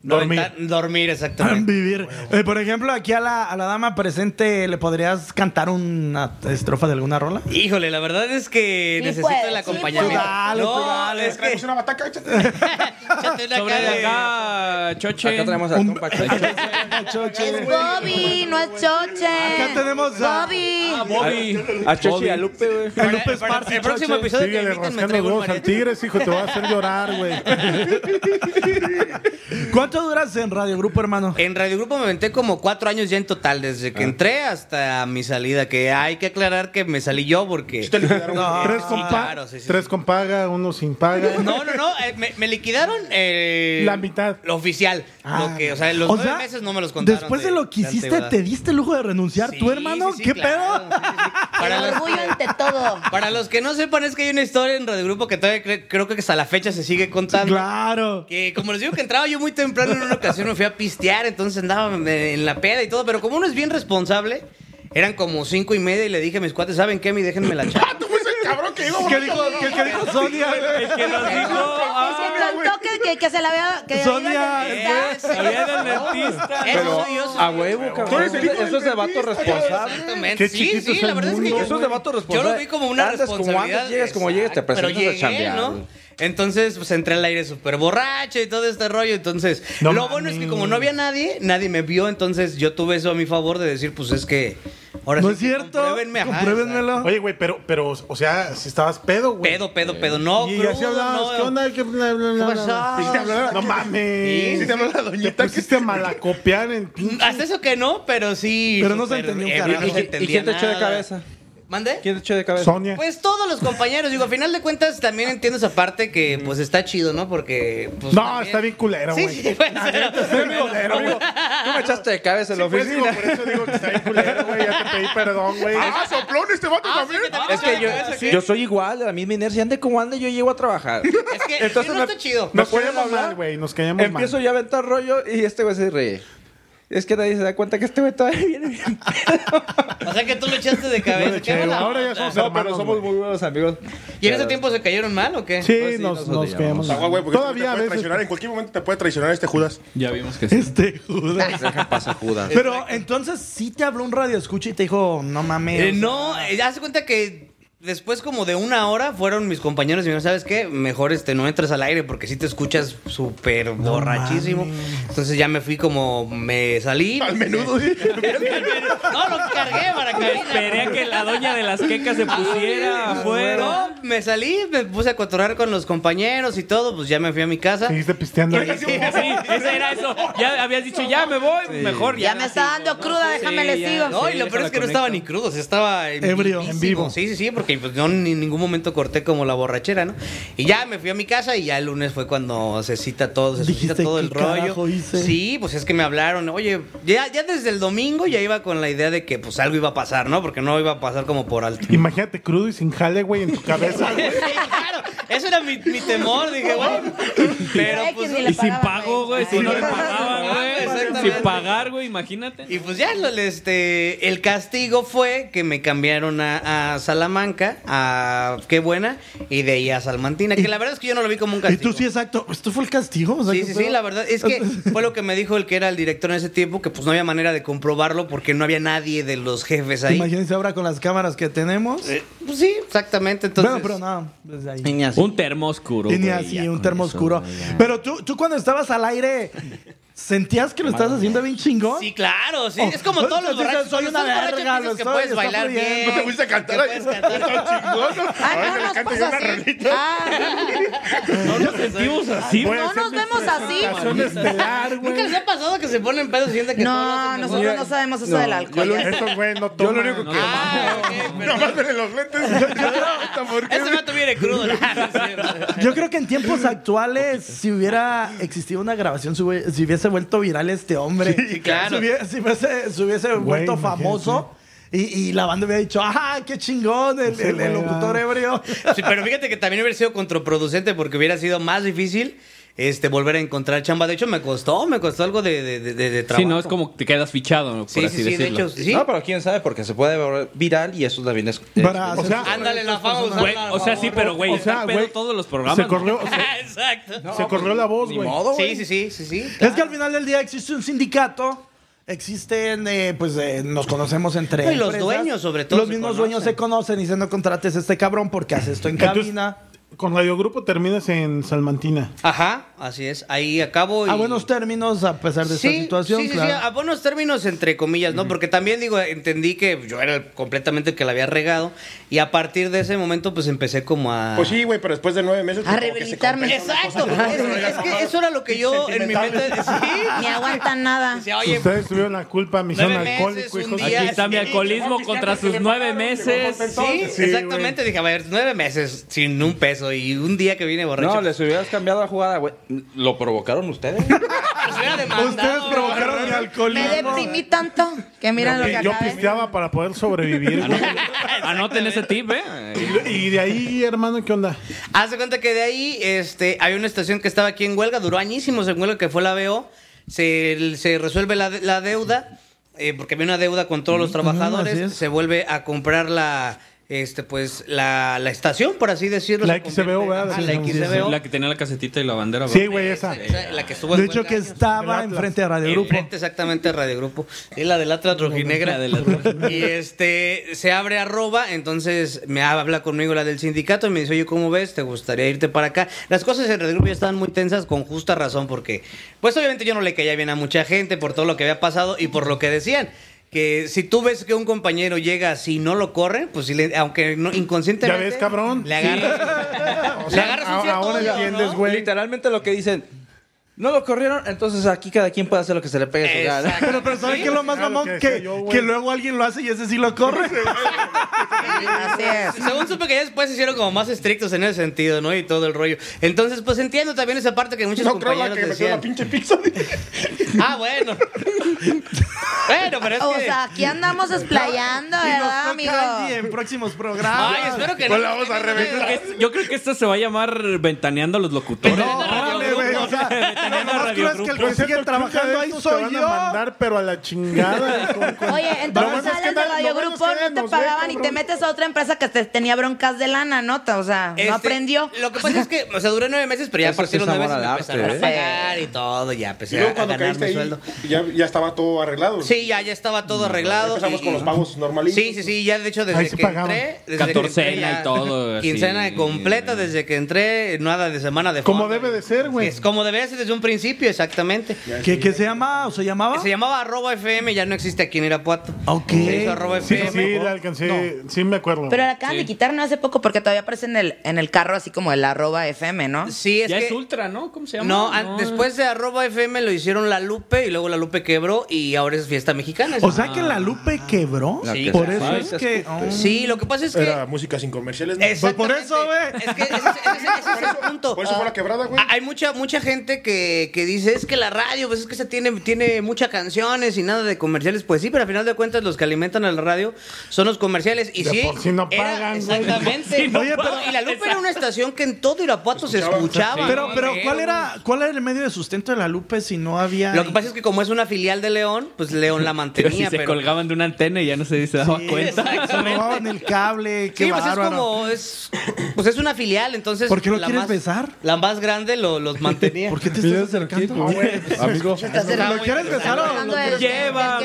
S2: Dormir.
S3: Dormir.
S2: dormir, exactamente.
S1: Vivir. Eh, por ejemplo, aquí a la, a la dama presente, ¿le podrías cantar una estrofa de alguna rola?
S2: Híjole, la verdad es que
S6: Sí
S2: necesito
S6: puedes,
S2: el
S6: sí
S2: acompañamiento.
S6: puedes.
S1: Dale, tú
S2: no,
S1: dale.
S2: es que
S5: Traemos una bataca, échate.
S2: échate una
S8: Sobre
S2: cara
S8: de
S2: de-
S8: acá, Choche.
S4: Acá traemos al compa Choche.
S6: Es Bobby, no es Choche.
S1: Acá tenemos a-
S6: Bobby.
S8: Ah, Bobby.
S4: A Choche y a Lupe, güey.
S1: El Lupe Esparza,
S2: El próximo
S1: choche.
S2: episodio que me
S3: Síguele
S2: inviten me
S3: rascando los
S2: traigo un
S3: huevos al
S2: mariachi.
S3: tigres, hijo, te va a hacer llorar, güey.
S1: ¿Cuánto duras en Radio Grupo, hermano?
S2: En Radio Grupo me aventé como cuatro años ya en total, desde
S1: Ah.
S2: que entré hasta mi salida, que hay que aclarar que me salí yo porque... Ah,
S1: No.
S3: tres
S2: sí,
S3: con, pa-
S2: claro, sí, sí,
S3: tres
S2: sí.
S3: con paga, uno sin paga.
S2: No, no, no, eh, me, me liquidaron eh,
S3: La mitad.
S2: Lo oficial.
S3: Ah,
S2: lo que, o sea, Eh, los
S1: O
S2: nueve
S1: sea,
S2: meses no me los contaron.
S1: Después de lo que
S2: la
S1: hiciste,
S2: antigüedad.
S1: ¿te diste el lujo de renunciar
S2: Sí,
S1: tú, hermano?
S2: sí, sí,
S1: ¿Qué
S2: claro,
S1: pedo?
S2: sí, sí, sí. Para
S6: El
S2: los-
S6: orgullo ante todo.
S2: Para los que no sepan, es que hay una historia en Radio Grupo que todavía cre- creo que hasta la fecha se sigue contando.
S1: Claro.
S2: Que como les digo que entraba yo muy temprano en una ocasión me fui a pistear, entonces andaba me- en la peda y todo, pero como uno es bien responsable, eran como cinco y media y le dije a mis cuates, ¿saben qué? Mi déjenme la chava.
S5: Ah, Tú fuiste el cabrón que iba
S1: ¿Qué dijo, qué- qué dijo Sonia?
S8: Es que nos dijo. ah,
S6: Ese contó que, que, que se la había. Que
S1: Sonia,
S6: iba a
S2: Eh,
S6: necesitar.
S8: Había del dentista.
S2: Eso
S4: Pero
S2: soy yo, soy
S4: a
S2: yo.
S4: huevo,
S5: Tú
S4: cabrón.
S5: eres el hijo
S4: Eso es
S5: del
S4: de vato
S5: dentista,
S4: responsable.
S2: Exactamente.
S3: Qué
S2: sí,
S3: chiquito
S2: sí,
S3: es
S2: la
S3: el
S2: verdad es que
S3: mundo.
S2: yo,
S4: Eso es de vato responsable.
S2: Yo lo vi como una
S4: Andas como andas,
S2: responsabilidad.
S4: llegas como llegues, te
S2: Exacto,
S4: presentas a
S2: pero llegué,
S4: chambear, güey.
S2: Entonces, pues entré al aire súper borracho y todo este rollo. Entonces,
S3: No
S2: lo
S3: mames.
S2: bueno es que como no había nadie, nadie me vio. Entonces, yo tuve eso a mi favor de decir, pues es que. Ahora
S1: No
S2: sí
S1: es
S2: que
S1: cierto.
S2: compruébenme, ajá,
S1: Compruébenmelo.
S3: Oye, güey, pero, pero, o sea, si estabas pedo,
S2: exacto.
S3: güey.
S2: Pedo, pedo, pedo. No,
S3: Y
S2: crudo,
S3: así hablabas,
S2: no.
S3: ¿qué onda? ¿Qué, bla, bla,
S2: ¿Qué
S3: bla, bla?
S2: pasó?
S3: Y te hablaba- No mames.
S2: Sí.
S5: te habló la doñita
S3: Te Pues, pusiste a malacopiar en
S2: Hasta eso que no, pero sí.
S1: Pero no se
S2: súper
S1: entendió un
S2: ebrio,
S1: carajo.
S2: no
S1: ¿Y-
S2: se
S1: y
S2: entendía
S4: quién te echó de
S2: nada.
S4: cabeza?
S2: ¿Mande?
S4: ¿Quién te echó de cabeza?
S3: Sonia.
S2: Pues todos los compañeros, digo, a final de cuentas también entiendo esa parte que pues está chido, ¿no? Porque pues,
S3: no,
S2: también-
S3: está bien culero,
S2: Sí,
S3: güey.
S2: sí, pues,
S4: Pero, amigo, tú me echaste de cabeza en la
S3: Pues digo,
S4: oficina.
S3: por eso digo que está bien culero, güey. Ya te pedí perdón, güey.
S5: ¡Ah, soplón este vato también!
S4: Es que yo,
S2: ¿eh?
S4: yo soy igual, la misma inercia. Ande como ande, yo llego a trabajar.
S2: Es que
S4: Entonces
S2: no
S4: me-
S2: está chido.
S3: Nos
S4: pueden
S3: caíamos
S4: hablar?
S3: mal, güey. Nos caíamos mal.
S4: Empiezo yo a aventar rollo y este güey se ríe. Es que nadie se da cuenta que este güey todavía viene bien.
S2: O sea que tú lo echaste de
S3: Yo
S2: cabeza.
S3: le
S2: qué
S3: eché, güey.
S2: mala
S3: Ahora ya
S2: onda.
S3: somos
S4: No,
S3: hermanos,
S4: pero somos
S3: güey.
S4: muy buenos amigos.
S2: ¿Y en ese
S4: Pero-
S2: tiempo se cayeron mal o qué?
S3: Sí,
S4: Pues sí,
S3: nos,
S4: nos
S3: nos
S4: odiamos.
S3: caíamos
S5: Ah, güey, porque
S3: Todavía
S5: te
S3: a
S5: puede
S3: veces.
S5: traicionar, en cualquier momento te puede traicionar este Judas.
S8: Ya vimos que sí.
S1: Este Judas.
S4: Deja pasar Judas.
S1: Pero entonces sí te habló un radio escucha y te dijo, no mames.
S2: Eh, no,
S5: Ah.
S2: eh, hace cuenta que después como de una hora fueron mis compañeros y me dijeron, ¿sabes qué? Mejor este no entras al aire porque si te escuchas súper borrachísimo. Entonces ya me fui como me salí.
S5: Al menudo. sí.
S2: No, lo cargué para
S8: Esperé a
S2: que
S8: que la doña de las quecas se pusiera afuera.
S2: Ah, No, me salí, me puse a cotorrear con los compañeros y todo, pues ya me fui a mi casa.
S3: Seguiste pisteando.
S8: Sí, ese era eso. Ya habías dicho, ya me voy, mejor ya.
S7: Ya me está dando cruda, déjame
S8: Sí,
S7: le
S8: ya.
S7: sigo.
S2: No, y lo
S8: Sí,
S2: peor es que no
S8: déjala
S2: estaba
S8: conecto.
S2: ni crudo, o sea, estaba
S1: Ebrio,
S2: vivísimo.
S1: en vivo.
S2: Sí, sí, sí, porque pues, yo ni- en ningún momento corté como la borrachera, ¿no? Y ya me fui a mi casa y ya el lunes fue cuando se cita todo, se suscita
S1: Dijiste,
S2: todo el
S1: "¿Qué
S2: rollo.
S1: carajo hice?"
S2: Sí, pues es que me hablaron, oye, ya, ya desde el domingo ya iba con la idea de que pues algo iba a pasar, ¿no? Porque no iba a pasar como por alto.
S3: Imagínate crudo y sin jale, güey, en tu cabeza. güey.
S2: Sí, claro, eso era mi, mi temor, dije, bueno. Pero
S6: Ay, que
S2: pues.
S6: ni le
S8: Y sin
S6: pagaban,
S8: pago, güey, si
S6: Ay,
S8: no le
S6: no.
S8: pagaban, güey.
S2: Exactamente.
S8: Sin pagar, güey, imagínate.
S2: Y pues ya lo- este, el castigo fue que me cambiaron a, a Salamanca, a Qué Buena, y de ahí a Salmantina, que la verdad es que yo no lo vi como un
S1: Y
S2: castigo.
S1: tú sí, exacto. ¿Esto fue el castigo? O sea,
S2: Sí,
S1: ¿qué
S2: sí,
S1: pedo?
S2: sí, la verdad es que fue lo que me dijo el que era el director en ese tiempo, que pues no había manera de comprobarlo porque no había nadie de los jefes ahí.
S1: Imagínense ahora con las cámaras que tenemos.
S2: Eh, Pues sí, exactamente, entonces...
S1: bueno, pero no, desde ahí.
S2: Niñas.
S8: Un termo oscuro.
S1: Y ni
S8: güey,
S1: así,
S8: ya
S1: un
S8: con
S1: termo
S8: eso,
S1: oscuro.
S8: güey, ya.
S1: Pero tú, tú cuando estabas al aire, ¿sentías que lo estás haciendo bien chingón?
S2: Sí, claro, sí.
S1: Oh,
S2: es como todos los
S1: entonces
S2: borrachos.
S1: soy
S2: cuando
S1: una
S2: estás borracho
S1: verga,
S2: piensas
S1: lo
S2: que
S1: soy,
S2: puedes
S1: está
S2: bailar
S1: fluyendo.
S2: bien.
S5: No te gusta cantar.
S2: que Eh, puedes cantar.
S5: Ahora
S7: Ah,
S6: Ay,
S5: que
S6: no
S5: le
S6: nos
S5: canto yo
S6: pasa
S5: una
S6: así.
S5: rolita.
S6: Ah,
S8: No nos sentimos así,
S3: Voy
S8: güey.
S3: a
S6: no
S3: hacer
S7: Pues,
S6: nos
S3: mi
S6: vemos así.
S3: presentación estelar, güey.
S2: ¿Nunca les ha pasado que se ponen pedos y sienten que todos lo
S7: No,
S2: hacen mejor?
S7: nosotros no sabemos eso
S4: No,
S7: del
S4: yo
S7: alcohol.
S4: lo-
S7: ya.
S3: Eso, güey, no
S4: Yo
S3: toma.
S4: lo único que.
S2: Ah, ok, perdón.
S5: Nomás ven los lentes.
S2: Ese vato viene crudo. No, no es cierto.
S1: Yo creo que en tiempos actuales, si hubiera existido una grabación, si hubie- si hubiese vuelto viral este hombre.
S2: Sí, claro.
S1: Si hubiese, si hubiese- si hubiese
S3: Güey,
S1: vuelto famoso. Y, y la banda hubiera dicho, ¡ah, qué chingón! El, el- el
S3: güey,
S1: locutor
S3: ah.
S1: ebrio.
S2: Sí, pero fíjate que también hubiera sido contraproducente porque hubiera sido más difícil este, volver a encontrar chamba. De hecho, me costó, me costó algo de, de, de- de- de trabajo.
S8: Sí, no, es como te quedas fichado, por
S2: Sí,
S8: así
S2: sí, sí, de
S8: decirlo.
S2: hecho, sí.
S4: No, pero quién sabe, porque se puede volver viral y eso también es. eh, es-
S1: Para
S3: O
S1: hacer-
S3: sea,
S2: Ándale, la fama
S8: Güey,
S2: usarla,
S8: o sea,
S2: por
S8: sí,
S2: favor.
S8: pero güey,
S3: O
S8: está
S3: sea,
S8: al pedo
S3: güey,
S8: todos los programas.
S3: se corrió-
S8: güey. Exacto.
S3: se corrió
S2: pues,
S3: la voz,
S4: ni
S3: güey.
S4: modo, güey.
S2: Sí, sí, sí, sí, sí.
S1: Es que al final del día existe un sindicato, existen, eh, pues eh, nos conocemos entre.
S2: No, y los dueños, sobre todo,
S1: Los
S2: se
S1: mismos
S2: conocen.
S1: dueños se conocen y dicen: No contrates a este cabrón porque hace esto en
S3: Entonces,
S1: cabina.
S3: Con Radiogrupo terminas en Salmantina.
S2: Ajá, así es. Ahí acabo y...
S1: A buenos términos, a pesar Ah, de esta situación.
S2: Sí, sí,
S1: claro.
S2: sí, a buenos términos, entre comillas, ¿no? Porque también, digo, entendí que yo era el- completamente el que la había regado. Y a partir de ese momento, pues empecé como a.
S5: Pues sí, güey, pero después de nueve meses. pues,
S6: A
S5: como que se
S6: rehabilitarme.
S2: Exacto. Es, es que eso era lo que yo en mi mente. Sí.
S6: Ni aguantan nada.
S2: Decía, oye,
S3: Ustedes tuvieron la culpa, mis son
S2: Nueve meses,
S3: alcohólicos,
S2: un
S3: hijos
S8: Aquí
S2: día.
S3: de-
S8: está mi alcoholismo contra sus nueve meses.
S2: pues, sí,
S3: Sí,
S2: exactamente. Dije, a ver, nueve meses sin un peso y un día que vine borracho.
S4: No, les hubieras cambiado la jugada, güey. ¿Lo provocaron ustedes?
S2: Pues hubiera demandado.
S1: Ustedes provocaron mi
S6: Me
S1: alcoholismo.
S6: deprimí tanto que mira lo que
S3: Yo
S6: acabé.
S3: pisteaba para poder sobrevivir. güey.
S8: Anoten Ah, ese tip, ¿eh?
S3: y de ahí, hermano, ¿qué onda?
S2: Haz de cuenta que de ahí este, hay una estación que estaba aquí en huelga, duró añísimos en huelga, que fue la BO. Se, se resuelve la, de- la deuda, eh, porque había una deuda con todos los
S1: así
S2: trabajadores.
S1: es.
S2: Se vuelve a comprar la. Este, pues, la, la estación, por así decirlo.
S3: La
S2: se
S3: XBO,
S2: convierte-
S3: ¿verdad?
S2: Ajá, la
S3: Sí, sí, sí.
S2: XBO.
S8: La que tenía la casetita y la bandera.
S3: Sí,
S8: ¿verdad?
S3: güey, esa.
S2: Esa, la que estuvo en
S1: De hecho,
S2: huelga
S1: que
S2: años.
S1: estaba
S3: Del Atlas.
S1: enfrente de Radio Grupo.
S2: Enfrente exactamente a Radio Grupo. Es la del Atlas Rojinegra.
S8: La del Atlas.
S2: Y este, se abre arroba, entonces me habla conmigo la del sindicato y me dice, oye, ¿cómo ves? ¿Te gustaría irte para acá? Las cosas en Radio Grupo ya estaban muy tensas con justa razón porque, pues obviamente yo no le caía bien a mucha gente por todo lo que había pasado y por lo que decían. Que si tú ves que un compañero llega así y no lo corre, pues si le- aunque no, inconscientemente...
S3: Ya ves, cabrón.
S2: Le agarras,
S3: O
S2: le agarras un
S3: a-
S2: cierto
S3: ahora
S2: odio,
S3: entiendes,
S2: ¿no?
S3: güey.
S4: Literalmente lo que dicen. No lo corrieron, entonces aquí cada quien puede hacer lo que se le pegue a su gana.
S2: Exacto.
S1: Pero, pero ¿saben qué es lo más
S3: Ah, lo
S1: mamón?
S3: que decía
S1: que,
S3: yo, güey.
S1: que luego alguien lo hace y ese sí lo corre.
S6: Así es.
S2: Según supe que ya después se hicieron como más estrictos en ese sentido, ¿no? Y todo el rollo. Entonces, pues entiendo también esa parte que muchos
S5: No creo la
S2: compañeros
S5: que me dio la
S2: decían.
S5: pinche pizza.
S2: Ah, bueno. bueno, pero es
S6: O
S2: que.
S6: sea, aquí andamos desplayando,
S1: y nos toca
S2: Ah,
S6: ¿verdad, amigo?
S1: Angie en próximos programas.
S2: Ay, espero que no.
S5: Pues la vamos a
S8: Yo
S5: reventar.
S8: creo que- Yo creo que esta se va a llamar Ventaneando a los locutores.
S1: No, órale, güey. O sea, lo
S8: Ventaneando a
S1: más
S8: Radio
S1: cruel es que el
S8: Grupo.
S1: que
S3: Siento
S1: sigue
S3: que
S1: trabajando
S3: ustedes
S1: ahí
S3: nos te
S1: soy
S3: van
S1: yo.
S3: a mandar, pero a la chingada. con- con-
S6: Oye,
S3: Lo
S6: entonces
S3: bueno es
S6: sales
S3: que
S6: de
S3: na-
S6: Radio
S3: lo bueno es
S6: Grupo,
S3: que
S6: no te
S3: nos ve,
S6: pagaban y te
S3: cabrón.
S6: metes a otra empresa que te tenía broncas de lana, ¿no? O sea,
S2: Este,
S6: no aprendió.
S2: Lo que pasa es que, o sea, duré nueve meses, pero ya a
S4: Eso
S2: partir
S4: sí
S2: de los
S4: es
S2: nueve
S4: amor
S2: meses me empezaron
S4: al
S2: a
S4: arte, ¿eh?
S2: pagar y todo, ya
S5: Y
S2: empecé
S5: luego
S2: a,
S5: cuando
S2: ganar
S5: caíste
S2: mi
S5: ahí,
S2: sueldo.
S5: ya, ya estaba todo arreglado.
S2: Sí, ya, ya estaba todo arreglado.
S5: Empezamos
S2: y-
S5: con los pagos normalitos.
S2: Sí, sí, sí, ya de hecho desde
S3: Ahí sí
S2: que
S3: pagaban.
S2: entré. Desde que
S8: Catorcena
S2: entré ya-
S8: y todo, así. eh.
S2: Quincena completa desde que entré, nada de semana de
S3: Como
S2: fondo.
S3: debe de ser, güey.
S2: Es como debe ser desde un principio, exactamente.
S1: ¿Qué, qué se llama? ¿O se llamaba?
S2: Se llamaba arroba FM, ya no existe aquí en Irapuato.
S1: Ok.
S2: Se hizo arroba
S3: Sí,
S2: FM.
S3: sí, la alcancé. Sí, me acuerdo.
S6: Pero la acaban de quitar no hace poco porque todavía aparece en el, en el carro así como el arroba FM, ¿no?
S2: Sí, es
S8: Ya
S2: que-
S8: es ultra, ¿no? ¿Cómo se llama?
S2: No, an- después de arroba FM lo hicieron la Lupe y luego la Lupe quebró y ahora es fiesta mexicana.
S1: O sea que la Lupe quebró.
S4: La
S2: Sí,
S4: que
S1: Por
S4: se
S1: eso
S4: fue,
S1: es
S4: se
S1: que.
S4: escupe.
S1: oh.
S2: Sí, lo que pasa es que.
S5: Era música sin comerciales. ¿no?
S1: Pues por
S2: Exactamente.
S1: eso, güey.
S2: Es que ese, es- ese es- ese es el punto.
S5: Por eso fue la quebrada, güey.
S2: Ah, Hay mucha, mucha gente que, que dice, es que la radio, pues es que se tiene, tiene muchas canciones y nada de comerciales. Pues sí, pero al final de cuentas los que alimentan a la radio son los comerciales. Y
S3: De
S2: sí,
S3: por sí no
S2: era-
S3: pagan, güey.
S2: exactamente.
S8: Sí, no
S2: Oye, pero-
S8: pagan,
S2: y la Lupe era una estación que en todo Irapuato se
S5: Escuchaba.
S2: escuchaba.
S1: Pero,
S2: ¿no?
S1: pero ¿cuál era, ¿cuál era el medio de sustento de la Lupe si no había.
S2: Lo que pasa es que como es una filial de León, pues León la
S8: Pero
S2: mantenía.
S8: si se
S2: pero-
S8: colgaban de una antena y ya no se se daba cuenta.
S1: Robaban el cable, qué
S2: Sí, pues es
S1: bárbaro.
S2: como, es, pues es una filial, entonces...
S1: ¿Por qué lo
S2: la
S1: quieres
S2: más-
S1: besar?
S2: La más grande lo, los mantenía.
S1: ¿Por qué te estás acercando?
S4: Amigo,
S1: ¿Lo quieres besar o
S6: Hablando
S1: lo
S6: de-
S8: Llévame.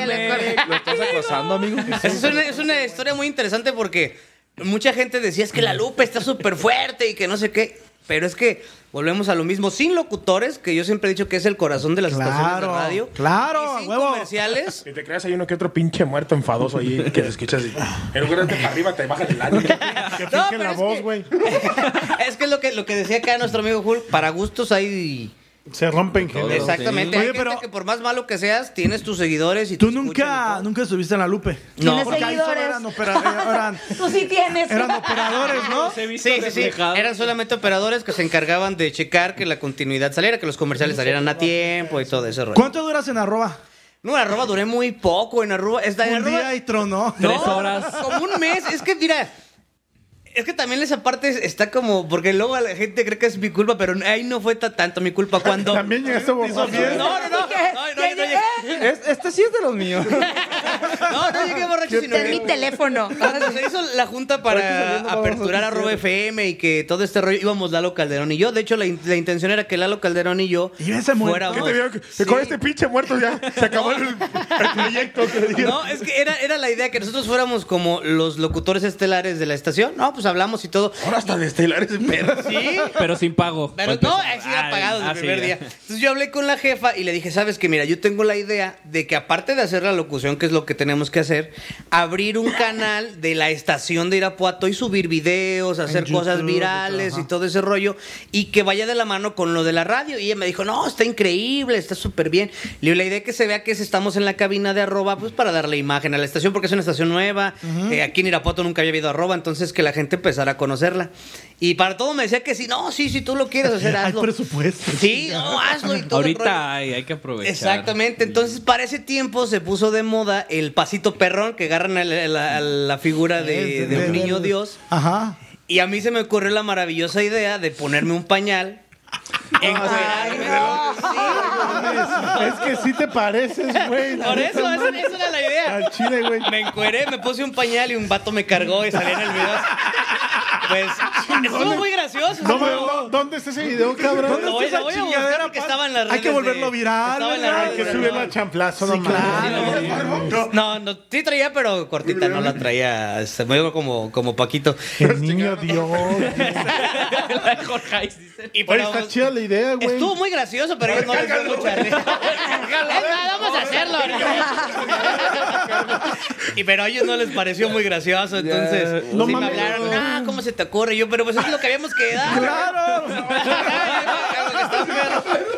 S6: del que le corre.
S4: ¿lo estás acosando, amigo?
S2: Es una, es una historia muy interesante porque mucha gente decía es que la lupa está súper fuerte y que no sé qué. Pero es que volvemos a lo mismo. Sin locutores, que yo siempre he dicho que es el corazón de las estaciones de
S1: Claro,
S2: radio.
S1: claro,
S2: y sin
S1: a huevo.
S2: comerciales.
S5: Si te creas, hay uno que otro pinche muerto enfadoso ahí que te escuchas. y- En lugar de para arriba, te bajas el año.
S3: Que
S2: No,
S3: finge
S2: pero
S3: la
S2: es
S3: voz,
S2: que-
S3: güey.
S2: es que es lo que, lo que decía acá nuestro amigo Hulk, para gustos hay...
S3: Se rompen géneros.
S2: Exactamente.
S1: sí.
S2: Hay
S1: Oye,
S2: gente
S1: pero-
S2: que por más malo que seas, tienes tus seguidores y
S1: Tú
S2: te
S1: nunca,
S2: escuchan y todo.
S1: nunca estuviste en la Lupe.
S2: No.
S6: Tienes
S1: Porque ahí solo
S6: seguidores.
S1: eran, opera- eran,
S6: Tú sí tienes.
S1: eran operadores, ¿no?
S8: Los he visto
S2: Sí, sí, sí.
S8: reflejados.
S2: Eran solamente operadores que se encargaban de checar que la continuidad saliera, que los comerciales salieran a tiempo y todo ese rollo.
S1: ¿Cuánto duras en arroba?
S2: No, en arroba duré muy poco en arroba. Está en
S1: Un
S2: arroba.
S1: día y trono.
S8: Tres horas.
S2: Como un mes. Es que, mira, Es que también esa parte está como, porque luego la gente cree que es mi culpa, pero ahí no fue ta- tanto mi culpa cuando...
S3: También llegaste borracho.
S2: No, no, no, no, no, yo no llegué,
S4: Es- este sí es de los míos.
S2: no, no llegué borracho, sino
S7: Es mi
S2: que
S7: teléfono.
S2: cuando se hizo la junta para aperturar a Robo FM y que todo este rollo íbamos Lalo Calderón y yo. De hecho, la, in- la intención era que Lalo Calderón y yo
S1: Y ese muerto.
S2: fuéramos.
S5: ¿Qué te veo?
S2: Sí.
S5: Con este pinche muerto ya se acabó el, el proyecto. que le dieron.
S2: No, es que era, era la idea que nosotros fuéramos como los locutores estelares de la estación. No, pues hablamos y todo.
S5: Ahora hasta de estelares, perro.
S2: Sí,
S8: Pero sin pago.
S2: Pero no, así
S8: Ah,
S2: era pagado desde el primer día. Entonces yo hablé con la jefa y le dije, sabes que mira, yo tengo la idea de que aparte de hacer la locución, que es lo que tenemos que hacer, abrir un canal de la estación de Irapuato y subir videos, hacer cosas
S1: YouTube,
S2: virales
S1: ajá.
S2: y todo ese rollo, y que vaya de la mano con lo de la radio. Y ella me dijo, no, está increíble, está súper bien. Le digo, la idea es que se vea que es- estamos en la cabina de arroba, pues para darle imagen a la estación, porque es una estación nueva. Eh, aquí en Irapuato nunca había habido arroba, entonces que la gente empezara a conocerla. Y para todo me decía que sí, no, sí, si tú lo quieres hacer,
S1: Hay
S2: hazlo.
S1: presupuesto.
S2: Sí, no, hazlo y todo. el rollo.
S8: Ahorita hay, hay que aprovechar.
S2: Exactamente, entonces para ese tiempo se puso de moda el pasito perrón que agarran a la, a la- a la figura de, de un niño Dios.
S1: Ajá.
S2: Y a mí se me ocurrió la maravillosa idea de ponerme un pañal.
S8: Ah,
S2: encuerarme.
S3: Es que sí te pareces, güey.
S2: Por eso, esa, esa era la idea.
S3: Al chile, güey.
S2: Me encueré, me puse un pañal y un vato me cargó y salí en el video. Pues estuvo muy gracioso.
S3: No,
S2: estuvo-
S3: mames, no, ¿Dónde está ese video, cabrón?
S2: Lo voy, lo voy a buscar porque estaba en las redes.
S1: Hay que volverlo
S2: de-
S1: viral,
S2: Estaba en las
S1: ¿verdad?
S3: Hay
S2: redes
S3: que
S2: de-
S3: subirlo a champlazo, no mames.
S2: No, no, sí traía, pero cortita, no la traía. este, me digo como, como Paquito.
S3: El niño Dios. güey.
S8: La de Jorge Hayes, dice.
S2: Y
S3: Oye,
S2: pero-
S3: está chida la idea, güey.
S2: Estuvo muy gracioso, pero yo no les dio mucha risa. Es
S3: eh.
S2: más, vamos a hacerlo. ¿no? y pero a ellos no les pareció muy gracioso, entonces
S3: No
S2: sí me
S3: mames.
S2: hablaron, ah, ¿cómo se te ocurre? Y Yo, pero pues es lo que habíamos quedado.
S1: Claro.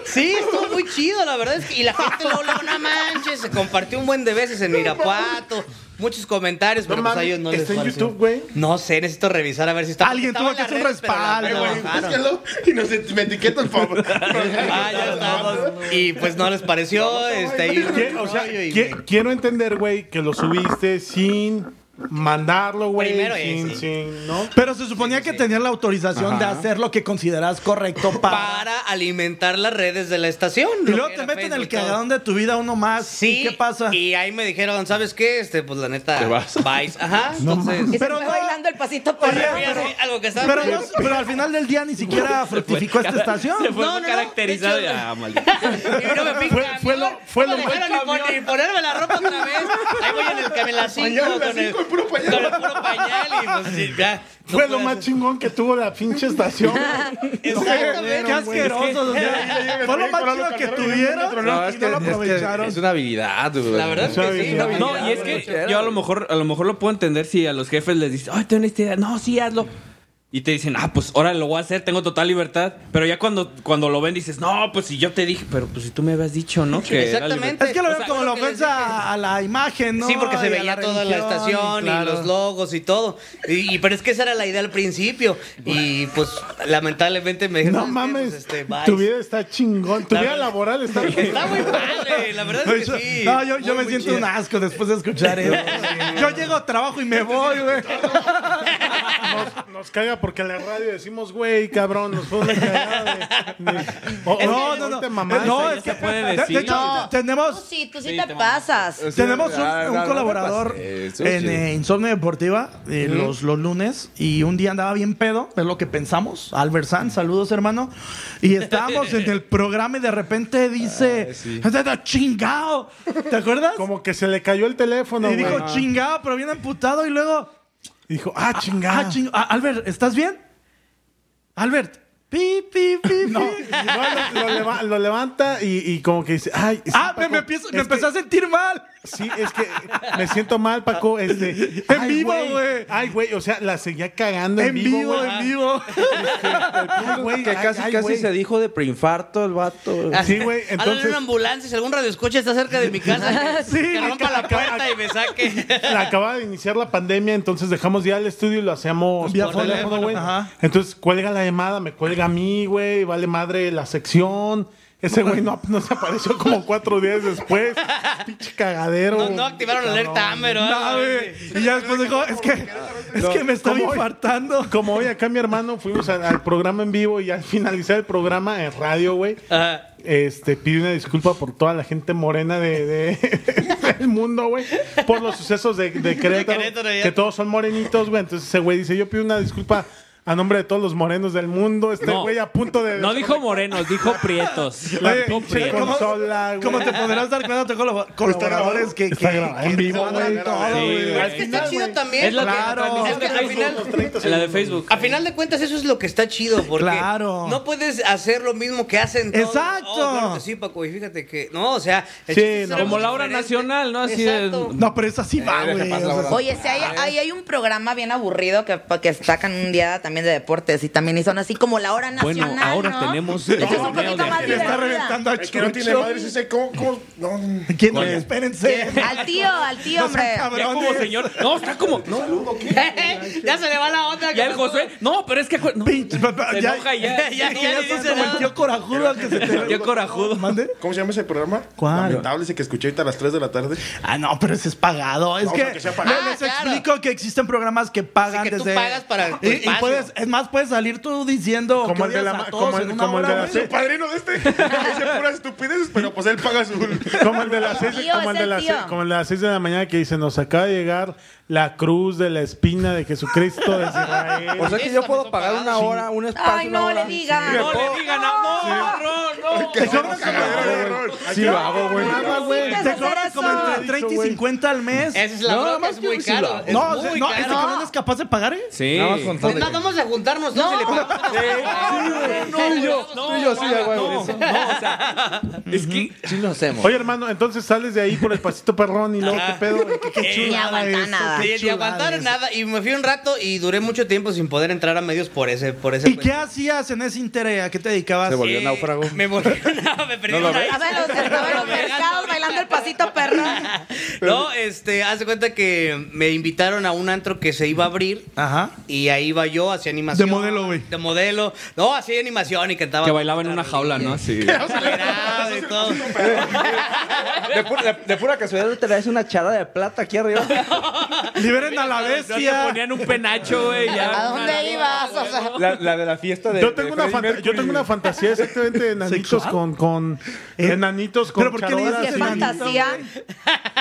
S2: Sí, estuvo muy chido, la verdad. es que- y la gente luego, luego, no manches, se compartió un buen de veces en Irapuato. Muchos comentarios, pero
S3: No
S2: pues a
S3: mames,
S2: ellos no les
S3: está en
S2: pareció.
S3: YouTube, güey.
S2: No sé, necesito revisar a ver si está.
S1: Alguien
S2: estaba
S1: tuvo que
S2: en
S1: hacer un
S2: las redes, pero la-
S1: respaldo.
S2: pero
S1: Ay,
S2: la
S1: güey,
S2: bajaron.
S5: Búscalo y nos et- me etiqueta el favor.
S2: Ah, ya estamos. Y pues no les pareció, este, ahí un
S3: Quie- o sea,
S2: rollo y-
S3: quie- quiero entender, güey, que lo subiste sin mandarlo, güey.
S2: Primero, eh,
S3: sin,
S2: sí.
S3: sin, ¿no?
S1: Pero se suponía que tenías la autorización de hacer lo que consideras correcto para.
S2: para alimentar las redes de la estación.
S1: Y
S2: lo
S1: luego
S2: que
S1: te
S2: era
S1: meten el
S2: Facebook, todo.
S1: cagadón de tu vida uno más.
S2: Sí.
S1: ¿Y qué pasa?
S2: Y ahí me dijeron, ¿sabes qué? Este, pues la neta, vais. Ajá,
S7: Y
S2: entonces.
S7: se
S1: Pero
S7: fue
S1: no.
S7: bailando el pasito por
S2: Fui así, algo que estaba.
S1: Pero, no- pero al final del día ni siquiera fructificó esta estación.
S8: Se fue
S2: No, no, no,
S8: caracterizado.
S2: de hecho-
S8: Ya, maldito.
S2: Y no me fui en
S3: Fue-
S2: camión,
S3: fue lo- fue
S2: no
S3: lo
S2: me
S3: buen
S2: dejaron ni, pon- ni ponerme la ropa otra vez. Ahí voy en el camión a las cinco
S5: Mañana a las
S2: con el,
S5: cinco, el puro pañal.
S2: con el puro pañal y pues sí, ya. No
S3: Fue lo
S2: puedo
S3: más
S2: hacer-
S3: chingón que tuvo la pinche estación.
S2: Exactamente.
S1: Qué asqueroso. o sea, Fue lo más chido que tuvieron
S4: No,
S1: y no lo
S4: es que
S1: aprovecharon.
S4: es una habilidad, güey.
S2: La verdad es que sí.
S3: No,
S2: me
S8: No, y es que yo a lo mejor, a lo mejor lo puedo entender si a los jefes les dices, ay, tengo esta idea, no, sí, hazlo. Y te dicen, ah, pues ahora lo voy a hacer, tengo total libertad. Pero ya cuando, cuando lo ven dices, no, pues si yo te dije, pero pues si tú me habías dicho, ¿no? Que era
S2: Exactamente.
S8: libertad".
S1: Es que lo
S2: O
S1: veo
S2: sea,
S1: como la
S2: lo que les
S1: ofensa a la imagen, ¿no?
S2: Sí, porque se
S1: Y a
S2: veía toda la
S1: religión,
S2: estación y,
S1: claro.
S2: los logos y todo. Y, y- pero es que esa era la idea al principio. Y pues lamentablemente me dijeron. "¿Sabes qué?
S3: No mames.
S2: Pues, este, bye".
S3: tu vida está chingón. Tu
S2: La
S3: vida
S2: verdad-
S3: laboral está
S2: Está muy padre, la verdad es
S1: Yo-
S2: que sí.
S1: no, yo, yo
S2: Muy,
S1: me
S2: muy
S1: siento
S2: chida.
S1: un asco después de escuchar eso. yo llego, trabajo y me voy, güey.
S3: nos, nos caga porque en la radio decimos, güey, cabrón, nos fue una cagada. Oh, de- de- O-
S1: No,
S3: o-
S1: no, no.
S3: te mamaste.
S1: No,
S8: Ahí
S1: es
S8: se
S1: que
S8: puede
S1: de-
S8: decir.
S1: De hecho,
S7: No.
S1: te-
S7: Tú
S1: tenemos,
S7: sí, tú sí,
S8: Sí,
S7: te
S8: te
S7: pasas.
S4: O sea,
S1: tenemos un,
S4: ah,
S1: un
S4: no, no
S1: colaborador
S4: me pasé, estuvo
S1: en
S4: chido.
S1: eh, Insomnio Deportiva eh, los, los lunes y un día andaba bien pedo, es lo que pensamos. Albert San, saludos hermano. Y estábamos en el programa y de repente dice, chingado, ¿te acuerdas?
S3: Como que se le cayó el teléfono,
S1: y
S3: güey.
S1: dijo chingado, pero bien amputado y luego...
S3: Y dijo, ah, chingada.
S1: Ah, ching- ah, Albert, ¿estás bien? Albert. Pi, pi, pi,
S3: No,
S1: pi.
S3: no, lo, lo leva- lo levanta y, y como que dice, ay. sí,
S1: Ah, me,
S3: Paco,
S1: me empiezo- me
S3: es
S1: empecé a
S3: que-
S1: sentir mal.
S3: Sí, es que me siento mal, Paco. Este,
S1: En
S3: ay,
S1: vivo, güey.
S3: Ay, güey, o sea, la seguía cagando en,
S1: En vivo,
S3: güey.
S1: en vivo.
S3: Ay, güey,
S4: Que
S3: ay,
S4: casi,
S3: ay,
S4: casi
S3: güey.
S4: se dijo de preinfarto el vato.
S3: Sí, güey,
S2: Háblale a
S3: entonces-
S2: una ambulancia, si algún radioescucha está cerca de mi casa,
S1: Sí,
S2: que rompa
S3: acá-
S2: la puerta y me saque.
S3: Acaba de iniciar la pandemia, entonces dejamos ya el estudio y lo hacíamos
S1: Vía
S3: por
S1: teléfono,
S3: teléfono, güey.
S1: ajá.
S3: Entonces cuelga la llamada, me cuelga a mí, güey, vale madre la sección. Ese güey no, no se apareció como cuatro días después. Pinche cagadero.
S2: No, no activaron la alerta Amber, ¿verdad?
S1: No, güey. Y ya después dijo, es que, es que me estaba
S3: ¿Cómo?
S1: infartando.
S3: Como hoy acá mi hermano fuimos al, al programa en vivo y al finalizar el programa en radio, güey,
S2: Ajá.
S3: este, pide una disculpa por toda la gente morena de, de- del mundo, güey, por los sucesos de, de Querétaro,
S2: Querétaro, ya.
S3: que todos son morenitos, güey. Entonces ese güey dice, yo pido una disculpa a nombre de todos los morenos del mundo. Este
S8: No.
S3: güey a punto de...
S8: No dijo morenos, dijo prietos.
S3: La
S8: Dijo
S3: pinche
S8: prietos.
S3: con- consola, güey.
S1: Como te podrás dar cuenta, tengo los colaboradores que, que,
S3: Está grabado en
S1: que
S3: vivo,
S1: se mandan
S3: güey.
S1: todo,
S3: Sí,
S1: güey.
S2: Pero es que está chido también.
S8: Es la
S2: porque-
S1: Claro.
S2: Es que al final,
S8: En la de Facebook.
S2: A final de cuentas, eso es lo que está chido, porque
S1: Claro.
S2: no puedes hacer lo mismo que hacen todos.
S1: Exacto.
S2: Oh, claro que sí, Paco, y fíjate que. No, o sea, el
S3: Sí,
S2: chiste es
S3: no.
S2: algo
S8: Como la hora
S2: diferente.
S8: nacional, ¿no? Así de-
S2: Exacto.
S1: No, pero es así va,
S5: deja
S1: güey.
S5: pasar la
S1: O sea,
S5: hora.
S7: Oye, si hay, ahí hay un programa bien aburrido que, pues, que sacan un día también de deportes y también son así como la hora nacional.
S8: Bueno, ahora
S7: ¿no?
S8: tenemos
S7: Eso
S8: el
S7: es un
S8: torneo
S7: poquito
S8: de
S7: más
S8: ajedrez.
S7: divertida.
S5: Le
S1: está reventando a
S5: El que no tiene
S1: Chucho.
S5: madre es ese. ¿Cómo? cómo? No, no.
S1: ¿Quién no? Espérense.
S7: Al tío, al tío,
S1: No
S7: hombre.
S1: sean
S8: Ya como
S1: cabrones.
S8: señor. No, está como. No,
S2: ya se le va la onda.
S8: ya el
S2: como-
S8: José. No, pero es que. no,
S1: Pinche, pa- pa-
S8: se
S1: ya-
S8: enoja y ya.
S2: ya- ya
S1: Y que
S2: ni
S1: ya
S2: dice
S1: estás como el
S2: nada.
S1: tío corajudo que se te...
S8: Yo corajudo.
S1: ¿Mande?
S5: ¿Cómo se llama ese programa?
S1: ¿Cuál?
S5: Lamentable ese que escuché ahorita a las 3 de la tarde.
S1: Ah, no, pero ese es pagado. Es
S5: No,
S1: que,
S5: o sea, que sea pagado.
S1: les
S2: Ah, claro.
S1: explico que existen programas que pagan
S2: Sí, que tú
S1: desde.
S2: pagas para tu
S1: y, y
S2: espacio.
S1: puedes, es más, puedes salir tú diciendo
S3: Como el de
S1: odias
S3: la
S1: a
S3: ma-
S1: todos
S3: como el-
S1: en una
S3: como el
S1: hora,
S3: de la
S1: güey.
S5: El padrino de este. Dice puras estupideces, pero pues él paga su.
S3: Como el de las seis,
S7: Tío,
S3: como el
S7: es
S3: de
S7: el
S3: las
S7: tío.
S3: seis- como el de las seis de la mañana que dice, nos acaba de llegar la cruz de la espina de Jesucristo de Israel.
S4: O sea que yo puedo pagar una hora, un espacio.
S7: Ay, no
S4: una hora.
S7: le digas.
S8: No le digan, no, no, no.
S5: Te
S1: cobran
S4: Sí, lo hago, güey.
S1: Te
S7: hacer
S1: cobran como
S7: eso?
S1: entre 30 y
S3: güey.
S1: 50 al mes.
S2: Esa es la
S4: No,
S2: bronca,
S4: más
S2: es
S4: que
S2: muy
S4: sí,
S2: caro.
S4: va.
S2: es
S1: no,
S2: muy
S1: se- no,
S2: caro.
S1: este cabrón es capaz de pagar, ¿eh?
S8: Sí.
S4: Nada más con tal
S2: Es
S4: de
S2: más,
S4: que-
S2: Pues vamos a juntarnos dos y le pagamos.
S4: Tú y yo, tú y yo, sí, ya, güey.
S8: No, no, o sea, es que
S4: Sí, lo hacemos.
S3: Oye, hermano, entonces sales de ahí por el pasito perrón y luego qué pedo, güey? ¿Qué- qué
S7: Ni
S3: chulada
S7: aguanta
S3: es?
S7: nada.
S2: Sí, ni aguantaron nada y me fui un rato y duré mucho tiempo sin poder entrar a medios por ese por ese
S1: ¿Y qué hacías en ese interés? ¿A qué te dedicabas?
S4: Se volvió náufrago.
S2: Me volví no, me perdí una
S7: A ver, los, estaban los mercados bailando el pasito perro.
S2: No, este, hace cuenta que me invitaron a un antro que se iba a abrir
S1: Ajá.
S2: y ahí iba yo, hacía animación.
S1: De modelo, güey.
S2: De modelo. No, hacía animación y cantaba.
S8: que bailaba en una jaula, ¿no? Sí.
S2: Acelerado y todo.
S4: De, pu- de- de pura casualidad te traes una charada de plata aquí arriba.
S1: Liberen a la
S8: No te
S1: bestia.
S8: ponían un penacho, güey.
S7: ¿A
S8: ya.
S7: dónde ibas? O sea,
S4: La, la de la fiesta de.
S3: Yo tengo,
S4: de
S3: una
S4: Freddie
S3: fanta- yo
S4: Mercury.
S3: tengo una fantasía exactamente de enanitos
S1: ¿Sexual? Eh,
S3: con, con enanitos con
S1: ¿Pero por qué le
S3: charolas
S1: dices
S7: ¿qué
S3: y-
S7: fantasía?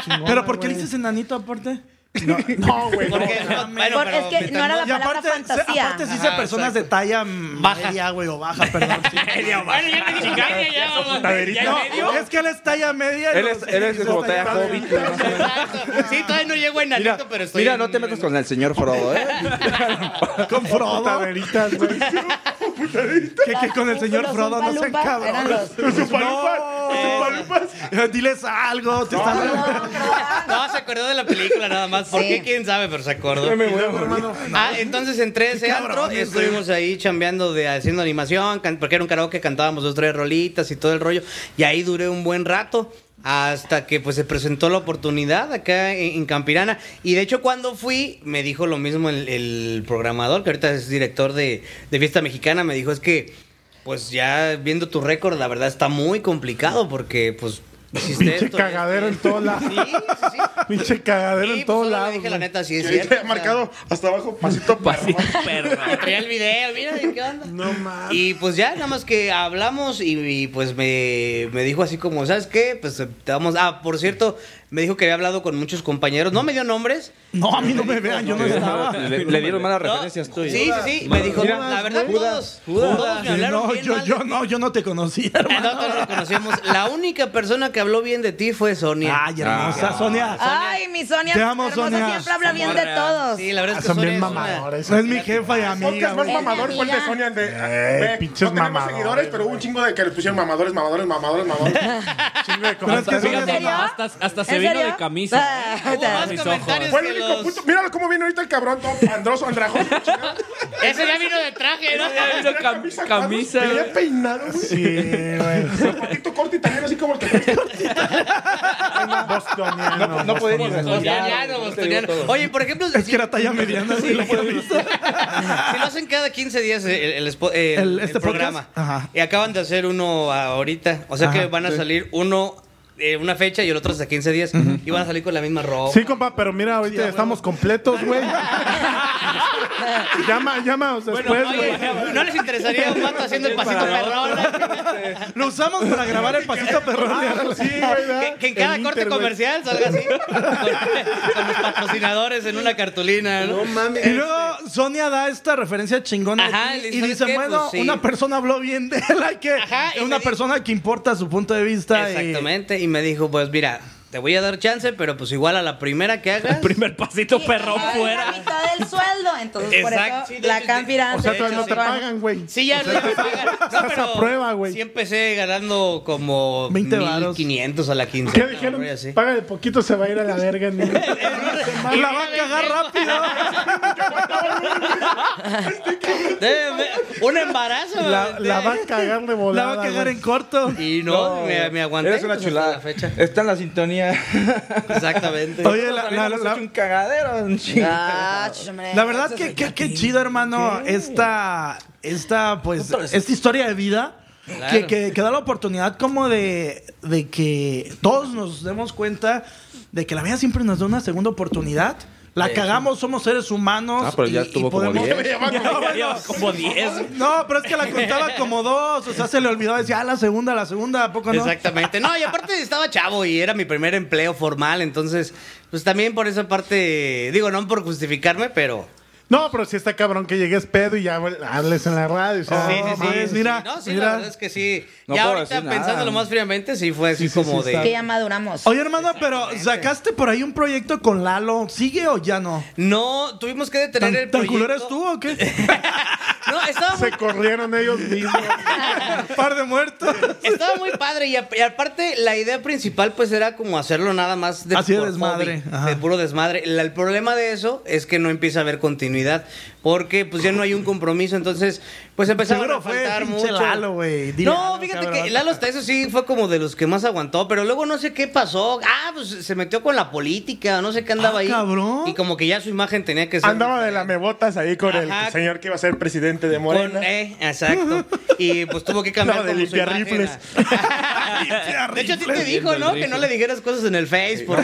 S3: chingona,
S1: Pero ¿por qué le
S3: güey.
S1: dices enanito aparte?
S3: No, güey. no.
S2: Porque, no, bueno,
S7: Porque es
S2: pero-
S7: que no era la
S1: Y
S7: palabra
S1: aparte, se-
S7: fantasía.
S1: aparte sí se
S2: Ajá,
S1: personas de talla baja, güey, o baja, perdón. sí.
S2: Bueno, ya me chingaste, ya, vamos. Ya
S1: No,
S2: me dio.
S1: es que él es talla media. y
S4: Él
S1: los-
S4: es, él es
S1: y
S4: de
S1: los
S4: botella
S1: talla-
S4: hobbit. güey, más o menos.
S2: Exacto. Sí, todavía no llego en
S4: Mira,
S2: alito, pero estoy.
S4: mira,
S2: en-
S4: no te metas con el señor Frodo, ¿eh?
S1: Con Frodo.
S3: Putaderitas, güey.
S1: Que, que con el señor
S7: Los
S1: Frodo no sean
S7: Oompa Loompas eran
S1: cabrones. Los
S7: los-
S1: Umpalupas. Diles algo. Te están...
S2: No, se acordó de la película nada más. ¿Por
S7: Sí.
S2: qué? ¿Quién sabe? Pero se acordó.
S3: hermano.
S2: Ah, entonces entré a ese antro,
S1: Cabrones,
S2: estuvimos ahí chambeando de haciendo animación, can- porque era un karaoke, cantábamos dos, tres rolitas y todo el rollo, y ahí duré un buen rato. Hasta que pues se presentó la oportunidad acá en, en Campirana. Y de hecho cuando fui, me dijo lo mismo el, el programador, que ahorita es director de, de Fiesta Mexicana, me dijo es que pues ya viendo tu récord, la verdad está muy complicado porque pues... hiciste
S3: Pinche
S2: esto, esto,
S3: cagadero en
S2: esto".
S3: todos lados.
S2: Sí, sí, sí.
S3: Pinche cagadero
S2: Sí,
S3: en
S2: pues,
S3: todos
S2: solo le
S3: lados.
S2: dije la
S3: güey.
S2: neta, sí es
S5: Ahí
S2: cierto.
S5: está
S2: o sea.
S5: marcado hasta abajo, pasito para
S8: Así, perro.
S2: Me traía el video, mira, ¿qué onda?
S3: No mames.
S2: Y pues ya, nada más que hablamos y, y, pues me, me dijo así como, ¿sabes qué? Pues te vamos... Ah, por cierto, me dijo que había hablado con muchos compañeros, no me dio nombres.
S1: No, a mí no me vean, yo no estaba.
S4: Le, le dieron malas
S2: ¿no?
S4: referencias tú.
S2: Sí, sí, sí, me dijo,
S4: Mira,
S2: la verdad todos,
S4: Judas.
S2: todos me hablaron
S1: No,
S2: bien
S1: yo,
S2: mal de
S1: yo no, yo no te conocía,
S2: Ah,
S1: hermano.
S2: No, todos lo conocíamos. La única persona que habló bien de ti fue Sonia.
S3: Ah,
S1: Ay, hermosa, Sonia.
S2: Ah.
S7: Ay, mi Sonia.
S1: Te amo,
S7: hermosa,
S1: Sonia.
S7: Siempre habla bien de todos.
S2: Sí, la verdad
S3: Ah,
S2: es que
S3: Son
S2: Sonia
S3: bien
S2: es una-
S3: mamadores.
S1: Es mi jefa y amiga.
S5: Podcast más
S1: güey.
S5: mamador fue el de Sonia. De, Ve,
S3: pinches
S5: no tenemos
S3: mamadores,
S5: seguidores, pero hubo un chingo de que le pusieron mamadores, mamadores, mamadores, mamadores.
S3: Chingo de
S1: Pero es que
S3: comentarios.
S1: Sonia-
S8: Fíjate,
S7: serio?
S8: hasta, hasta se
S7: ¿En
S8: vino
S7: serio?
S8: de camisa.
S7: Ah,
S2: Hubo más
S8: Mis
S2: comentarios
S5: Fue
S2: que
S5: el único
S2: los-
S5: puto. Míralo cómo viene ahorita el cabrón, todo androso, andrajoso. chingado.
S2: Ese ya vino de traje, ¿no?
S8: Ya vino cam- camisa.
S5: Tenía
S8: güey.
S5: peinado, güey.
S3: Sí, güey.
S5: Un poquito corte también, así como el que traes corte.
S3: Bostoniano.
S4: No, no podía ni
S2: Bostoniano, bostoniano. Oye, por ejemplo,
S1: Es
S2: si-
S1: que era talla mediana, güey, la camisa.
S2: si lo hacen cada 15 días eh, el, el espo- el-
S1: El-
S2: el
S1: este
S2: programa.
S1: podcast, ajá.
S2: Y acaban de hacer uno ahorita. O sea
S1: Ajá,
S2: que van a salir uno eh, una fecha y el otro hasta 15 días. Y van a salir con la misma ropa.
S3: Sí, compa, pero mira, ahorita ya estamos completos, güey. llama, llama, o sea,
S2: Bueno,
S3: después,
S2: oye,
S3: pues, güey.
S2: ¿no les interesaría un vato haciendo el pasito perrón?
S1: Lo usamos para grabar el pasito perrón.
S3: Ah, Sí, güey, ¿verdad?
S2: Que, que en
S3: El
S2: cada
S3: Inter,
S2: corte
S3: güey.
S2: comercial salga así. Con, con los patrocinadores en una cartulina, ¿no?
S1: Y luego Sonia da esta referencia chingona de
S2: este. Ajá,
S1: ti
S2: le dice,
S1: y
S2: "¿Sabes
S1: dice,
S2: qué?
S1: bueno,
S2: Pues sí".
S1: una persona habló bien de él, hay que
S2: Ajá, y
S1: una
S2: me di-
S1: persona que importa su punto de vista. y-
S2: Exactamente. Y me dijo, pues mira, te voy a dar chance, pero pues igual a la primera que hagas.
S8: Primer pasito perrón
S7: Ay,
S8: fuera.
S7: La mitad del sueldo. Entonces,
S2: Exacto.
S7: por
S2: Sí,
S7: eso
S2: de
S7: la
S2: hecho,
S7: Campirante.
S3: O sea, todavía no te
S2: hecho, sí.
S3: pagan, güey.
S2: Sí, ya, no, ya me pagan. No,
S3: estás a prueba, güey.
S2: Sí empecé ganando como
S1: 20 varos.
S2: 1500 a la quincena.
S3: ¿Qué dijeron?
S2: güey, así.
S3: Paga de poquito, se va a ir a la verga. ni-
S1: La va a cagar rápido.
S2: Eh, me- Un embarazo.
S3: La,
S2: güey.
S3: la va a cagar de
S1: La
S3: volada.
S1: va a cagar
S3: güey.
S1: en corto.
S2: Y no, me, me aguanté.
S4: Eres una
S2: pues, hasta
S4: chulada.
S2: la fecha.
S4: Está en la sintonía.
S2: Exactamente.
S1: Oye, la, la-
S4: Hemos
S1: la-
S4: hecho un cagadero. un chingo.
S7: Ah, ch- hombre,
S1: la verdad
S7: eso
S1: que
S7: soy
S1: que-
S7: yo.
S1: qué chido, hermano, esta, esta, pues, esta historia de vida. Que,
S2: Claro.
S1: que, que da la oportunidad como de, de que todos nos demos cuenta de que la vida siempre nos da una segunda oportunidad. La cagamos, somos seres humanos.
S4: Ah, pero ya estuvo como 10.
S8: Lleva como 10.
S1: No, pero es que la contaba como dos. O sea, se le olvidó decir, ah, la segunda, la segunda, ¿a poco no?
S2: Exactamente. No, y aparte estaba chavo y era mi primer empleo formal, entonces, pues también por esa parte, digo, no por justificarme, pero...
S3: No, pero si está cabrón que llegues pedo y ya güey, hables en la radio. o sea,
S2: Sí,
S3: no
S2: sí, sí.
S3: mames,
S2: sí.
S3: mira,
S2: no, sí,
S3: mira.
S2: la verdad es que sí.
S4: No
S2: ya
S4: puedo
S2: ahorita
S4: decir nada.
S2: pensándolo más fríamente, sí fue así
S3: Sí, sí,
S2: como
S3: sí,
S2: de...
S3: está-
S7: Que ya maduramos.
S1: Oye, hermano, pero sacaste por ahí un proyecto con Lalo. ¿Sigue o ya no?
S2: No, tuvimos que detener
S1: ¿Tan,
S2: el
S1: tan
S2: proyecto.
S1: culero eres tú o qué?
S2: No, estaba muy,
S3: Se corrieron ellos mismos.
S1: Par de muertos.
S2: estaba muy padre y, a- y aparte la idea principal pues era como hacerlo nada más de
S1: Así de
S2: por
S1: desmadre,
S2: hobby,
S1: ajá.
S2: de puro desmadre. La- el problema de eso es que no empieza a haber continuidad porque pues ya no hay un compromiso, entonces pues empezaron
S1: Seguro
S2: a
S1: fue
S2: faltar
S1: pinche
S2: mucho.
S1: Lalo, güey. "Ah, Di
S2: No,
S1: Lalo,
S2: fíjate
S1: cabrón.
S2: que Lalo hasta eso sí fue como de los que más aguantó, pero luego no sé qué pasó. Ah, pues se metió con la política, no sé qué andaba
S1: Ah,
S2: ahí.
S1: cabrón.
S2: Y como que ya su imagen tenía que ser
S5: Andaba de lamebotas ahí con
S2: Ajá.
S5: el señor que iba a ser presidente de
S2: Con-
S5: Morena.
S2: eh, exacto. Y pues tuvo que cambiar
S5: Andaba de
S2: como su
S5: limpiar
S2: imagen
S5: rifles.
S2: a- De hecho, a ti te dijo, ¿no? Que no le dijeras cosas en el Face. por-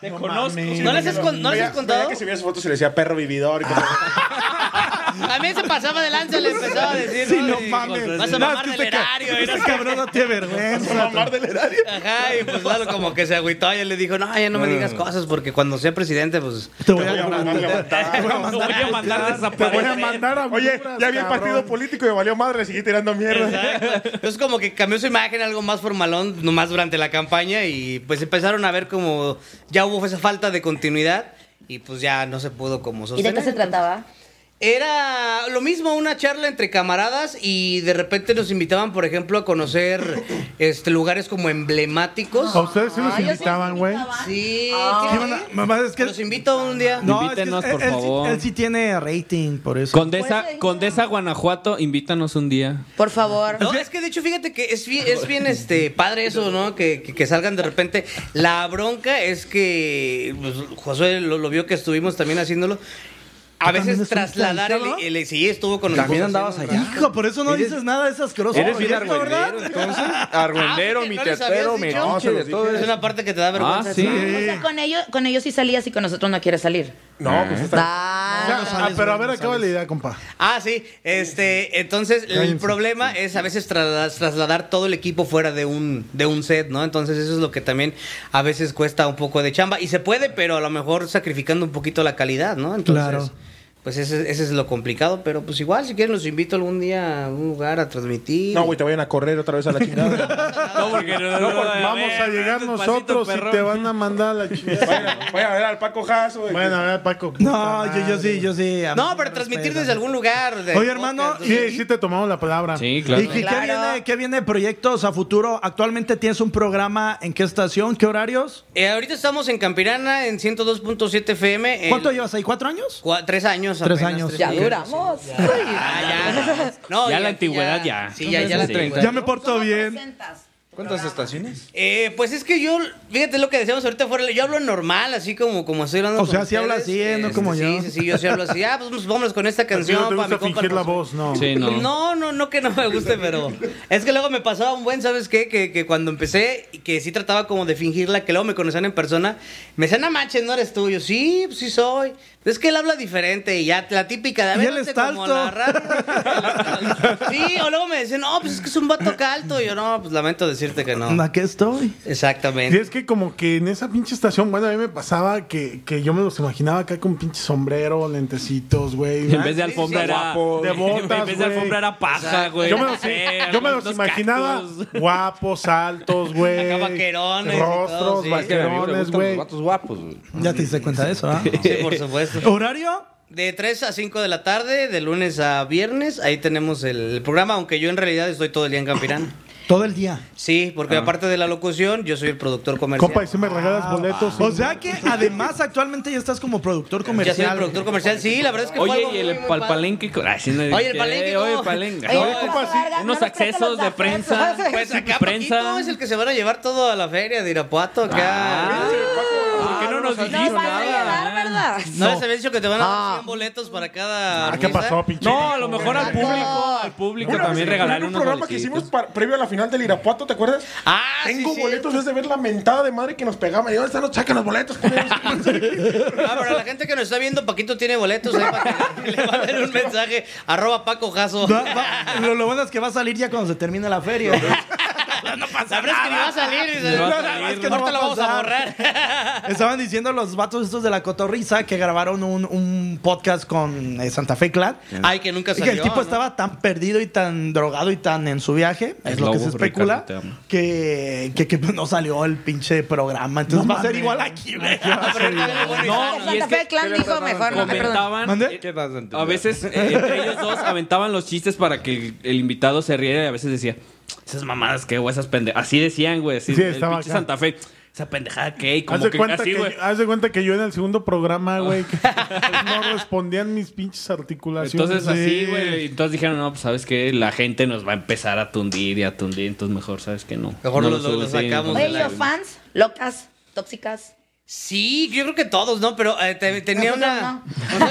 S8: Te conozco.
S2: ¿No les has, con- no les
S5: Veía-
S2: has
S5: veía
S2: contado?
S5: que subía sus fotos y le decía perro vividor. y cosas así.
S2: También se pasaba de lanza, le empezaba a decir.
S1: Sí, no
S2: Y,
S1: mames.
S2: Vas a
S1: No,
S2: mamar
S1: es
S2: del
S1: que este ca-
S2: erario. y no
S1: Este
S2: sé
S1: cabrón no tiene vergüenza.
S2: Ajá, y pues Lalo como que se agüitó y él le dijo, no, ya no me digas cosas porque cuando sea presidente, pues...
S1: Te voy a
S5: Voy a
S1: mandar.
S5: mandarle a matar.
S1: Te voy a mandar.
S8: voy a mandar
S3: Te voy a
S8: desaparecer.
S3: mandar a
S5: Oye,
S3: Honduras,
S5: ya había el partido
S3: cabrón.
S5: político y me valió madre, seguí tirando mierda.
S2: Exacto. Entonces como que cambió su imagen a algo más formalón, nomás durante la campaña y pues empezaron a ver como ya hubo esa falta de continuidad y pues ya no se pudo como
S7: ¿Y de
S2: sostener.
S7: qué se trataba?
S2: Era lo mismo, una charla entre camaradas y de repente nos invitaban, por ejemplo, a conocer este, lugares como emblemáticos.
S3: A ustedes sí los
S7: Ah, yo sí
S3: invitaban, güey.
S7: invitaba.
S2: Sí,
S7: Ah.
S1: ¿Qué van a- Mamá, es que.
S2: los invito un día.
S1: No, es que
S8: Invítenos,
S1: él-
S8: por
S1: él sí-
S8: favor.
S1: Él sí tiene rating, por eso.
S8: Condesa,
S7: Pues, eh,
S8: Condesa Guanajuato, invítanos un día.
S7: Por favor.
S2: No, es que de hecho, fíjate que es bien, es bien este, padre eso, ¿no? Que, que- que salgan de repente. La bronca es que pues, Josué lo, lo vio que estuvimos también haciéndolo. A veces
S1: también estuviste
S2: trasladar
S1: ahí,
S2: el, el- Sí, estuvo con
S4: También
S2: nosotros
S4: andabas
S2: haciendo-
S4: allá.
S1: Hijo, por eso no
S4: Eres-
S1: dices nada de esas cosas.
S4: Eres bien argüendero, entonces. Argüendero,
S2: Ah, ¿sí que
S4: mi
S2: no les habías
S4: tetero, mi
S2: dicho?
S4: no,
S5: No, se los
S4: de todo
S2: Es
S4: eso.
S2: una parte que te da
S8: Ah,
S2: vergüenza.
S8: sí.
S7: O sea, con ellos, con ellos sí salías y con nosotros no quieres salir.
S5: No, pues está.
S7: Ah.
S3: Ah, ah, pero a ver, acaba la idea, compa.
S2: Ah, sí. Este, entonces el problema es a veces tras- trasladar todo el equipo fuera de un, de un set, ¿no? Entonces eso es lo que también a veces cuesta un poco de chamba. Y se puede, pero a lo mejor sacrificando un poquito la calidad, ¿no? Entonces,
S1: Claro.
S2: pues ese, ese es lo complicado. Pero pues igual, si quieren, los invito algún día a un lugar a transmitir.
S5: No, güey, te vayan a correr otra vez a la chingada.
S8: No, porque
S3: No, pues, vamos a llegar nosotros y te van a mandar a la chingada.
S5: Vayan a- vayan a ver al Paco Jasso. güey.
S3: Bueno, a ver, Paco. puta
S1: No, yo, yo
S3: madre.
S1: sí, yo sí. a mí
S2: No,
S1: me
S2: pero transmitir
S1: respeta.
S2: desde algún lugar. de-
S1: Oye, hermano,
S2: podcast,
S3: Sí, sí te tomamos la palabra.
S8: Sí, claro.
S1: ¿Y qué, qué
S7: Claro.
S1: viene, qué viene de proyectos a futuro? Actualmente tienes un programa, ¿en qué estación? ¿Qué horarios?
S2: Eh, ahorita estamos en Campirana, en 102.7 FM. el-
S1: ¿Cuánto llevas ahí? ¿Cuatro años?
S2: Cua- tres años. años.
S1: Tres
S2: apenas,
S1: años.
S7: Ya
S1: Ok.
S7: duramos.
S2: Ah, ya. No,
S8: Ya la antigüedad ya.
S2: Sí, ya, ya la
S8: Sí.
S2: antigüedad.
S1: Ya me porto bien.
S4: ¿Cuántas estaciones?
S2: Eh, pues es que yo, fíjate lo que decíamos ahorita fuera, yo hablo normal, así como, como estoy hablando
S1: O
S2: con
S1: sea, sí habla
S2: ustedes.
S1: así, no
S2: Este,
S1: como yo.
S2: Sí, sí, sí, yo sí hablo así. Ah, pues, pues, vámonos con esta
S3: Si
S2: canción
S3: no
S2: pa'
S3: te
S2: mi
S3: gusta
S2: compa,
S3: fingir la
S2: pues.
S3: voz, no.
S8: Sí, no.
S2: No, no, no que no me guste, pero es que luego me pasaba un buen, ¿sabes qué? Que, que cuando empecé, y que sí trataba como de fingirla, que luego me conocían en persona, me decían, no manches, no eres tú. Yo, sí, pues, sí soy. Es que él habla diferente y ya la típica de a
S1: Y
S2: ver,
S1: él
S2: no sé,
S1: está
S2: como
S1: alto.
S2: la rara. Sí, o luego me decían, no, pues es que es un vato acá alto. Y yo, no, pues lamento decirte que no.
S1: Aquí estoy.
S3: Sí,
S2: Exactamente.
S3: es que como que en esa pinche estación, bueno, a mí me pasaba que, que yo me los imaginaba acá con pinche sombrero, lentecitos, güey.
S8: En vez de alfombra era.
S5: Guapo.
S3: De botas,
S8: en vez de
S3: güey.
S8: alfombra era paja,
S2: Exacto.
S8: güey.
S3: Yo me los,
S8: Eh,
S3: yo me los
S8: unos
S3: imaginaba
S8: cactus.
S3: guapos, altos, güey.
S2: Acá vaquerones y todo,
S3: Rostros,
S2: sí.
S4: Que a mí me
S3: vaquerones,
S4: gustan
S3: güey.
S4: Los vatos guapos, güey.
S1: Ya te diste cuenta de eso, ¿ah?
S2: Sí, por supuesto.
S1: ¿Horario?
S2: De 3 a 5 de la tarde, de lunes a viernes, ahí tenemos el programa, aunque yo en realidad estoy todo el día en Campirán.
S1: Todo el día.
S2: Sí, porque aparte de la locución, yo soy el productor comercial.
S3: Compa, y si me
S2: Ah,
S3: regalas boletos.
S1: O
S3: sí.
S1: sea que además actualmente ya estás como productor
S2: ya
S1: comercial.
S2: soy el productor comercial, sí, la verdad es que fue algo
S8: Oye, y
S2: muy,
S8: el
S2: muy
S8: pal-
S2: padre.
S8: palenque. co- Ay, sí, no,
S2: Oye, el
S8: eh,
S2: palenque,
S8: Oye,
S2: ¿cómo?
S8: palenque.
S2: Oye,
S8: Oye,
S2: compa,
S3: sí.
S8: Unos accesos de prensa.
S2: Pues acá
S8: Prensa.
S2: Paquito es el que se van a llevar todo a la feria de Irapuato acá.
S8: Ah. ¿Por qué no nos
S7: No
S8: dijiste
S7: vas a llegar,
S8: nada?
S7: ¿verdad?
S2: no, les había dicho que te van a dar
S7: Ah.
S2: 100 boletos para cada
S3: Ah, ¿Qué
S2: artista?
S3: pasó, pinche?
S8: No, a lo mejor al público, al público
S5: Una
S8: también
S5: vez, en
S8: regalaron
S5: un
S8: unos
S5: programa que
S8: boletitos.
S5: hicimos para- previo a la final del Irapuato, ¿te acuerdas?
S2: Ah, sí,
S5: Tengo
S2: sí.
S5: boletos desde ver la mentada de madre que nos pegaba. Y ahora están los sacan los boletos.
S2: Ah, pero la gente que nos está viendo, Paquito tiene boletos ahí para que le manden un mensaje. Arroba Paco Jaso.
S1: Va- va- lo, lo bueno es que va a salir ya cuando se termine la feria.
S2: Sabrás que ni va a salir. dice,
S8: Ni va a
S2: "No,
S8: salir,
S2: es que
S1: no
S2: no
S1: va
S2: te lo
S1: a
S2: vamos a
S1: pasar".
S2: borrar.
S1: Estaban diciendo los vatos estos de la cotorriza que grabaron un, un podcast con eh, Santa Fe Clan.
S2: Ay, que nunca
S1: Y
S2: salió. Ah,
S1: que el tipo
S2: ¿no?
S1: estaba tan perdido y tan drogado y tan en su viaje, es
S8: El
S1: lo que
S8: lobo,
S1: se especula,
S8: Ricardo, te amo.
S1: que, que, que no salió el pinche programa. Entonces va a ser igual aquí, güey.
S2: Ah, pero ahorita viene bueno y
S8: No,
S2: sano.
S8: y es
S7: Santa Fe Clan dijo mejor, Ah, no me perdonen.
S8: Comentaban.
S1: ¿Mande?
S8: eh,
S4: tal, Santi?
S8: A veces eh, entre ellos dos aventaban los chistes para que el, el invitado se riera y a veces decía, esas mamadas que güey, esas pendejas. Así decían, güey, así
S3: Sí,
S8: el
S3: estaba
S8: pinche
S3: acá.
S8: Santa Fe. Esa pendejada que y
S3: Haz
S8: como
S3: de,
S8: que
S3: cuenta
S8: así,
S3: que,
S8: güey. Ah.
S3: haz de cuenta que yo en el segundo programa, güey, que no respondían mis pinches articulaciones.
S8: Entonces
S3: Sí.
S8: así, güey. Entonces dijeron, no, pues sabes que la gente nos va a empezar a tundir y a tundir, entonces mejor sabes que no.
S2: Mejor
S8: no
S2: lo- lo- lo
S8: subes, sí,
S2: sacamos
S8: mejor
S2: de
S7: Oye,
S8: no
S7: ¿y
S2: la-
S8: lo
S7: los fans, locas, tóxicas.
S2: Sí, yo creo que todos, ¿no? Pero eh, te- tenía
S7: Nosotros
S2: una.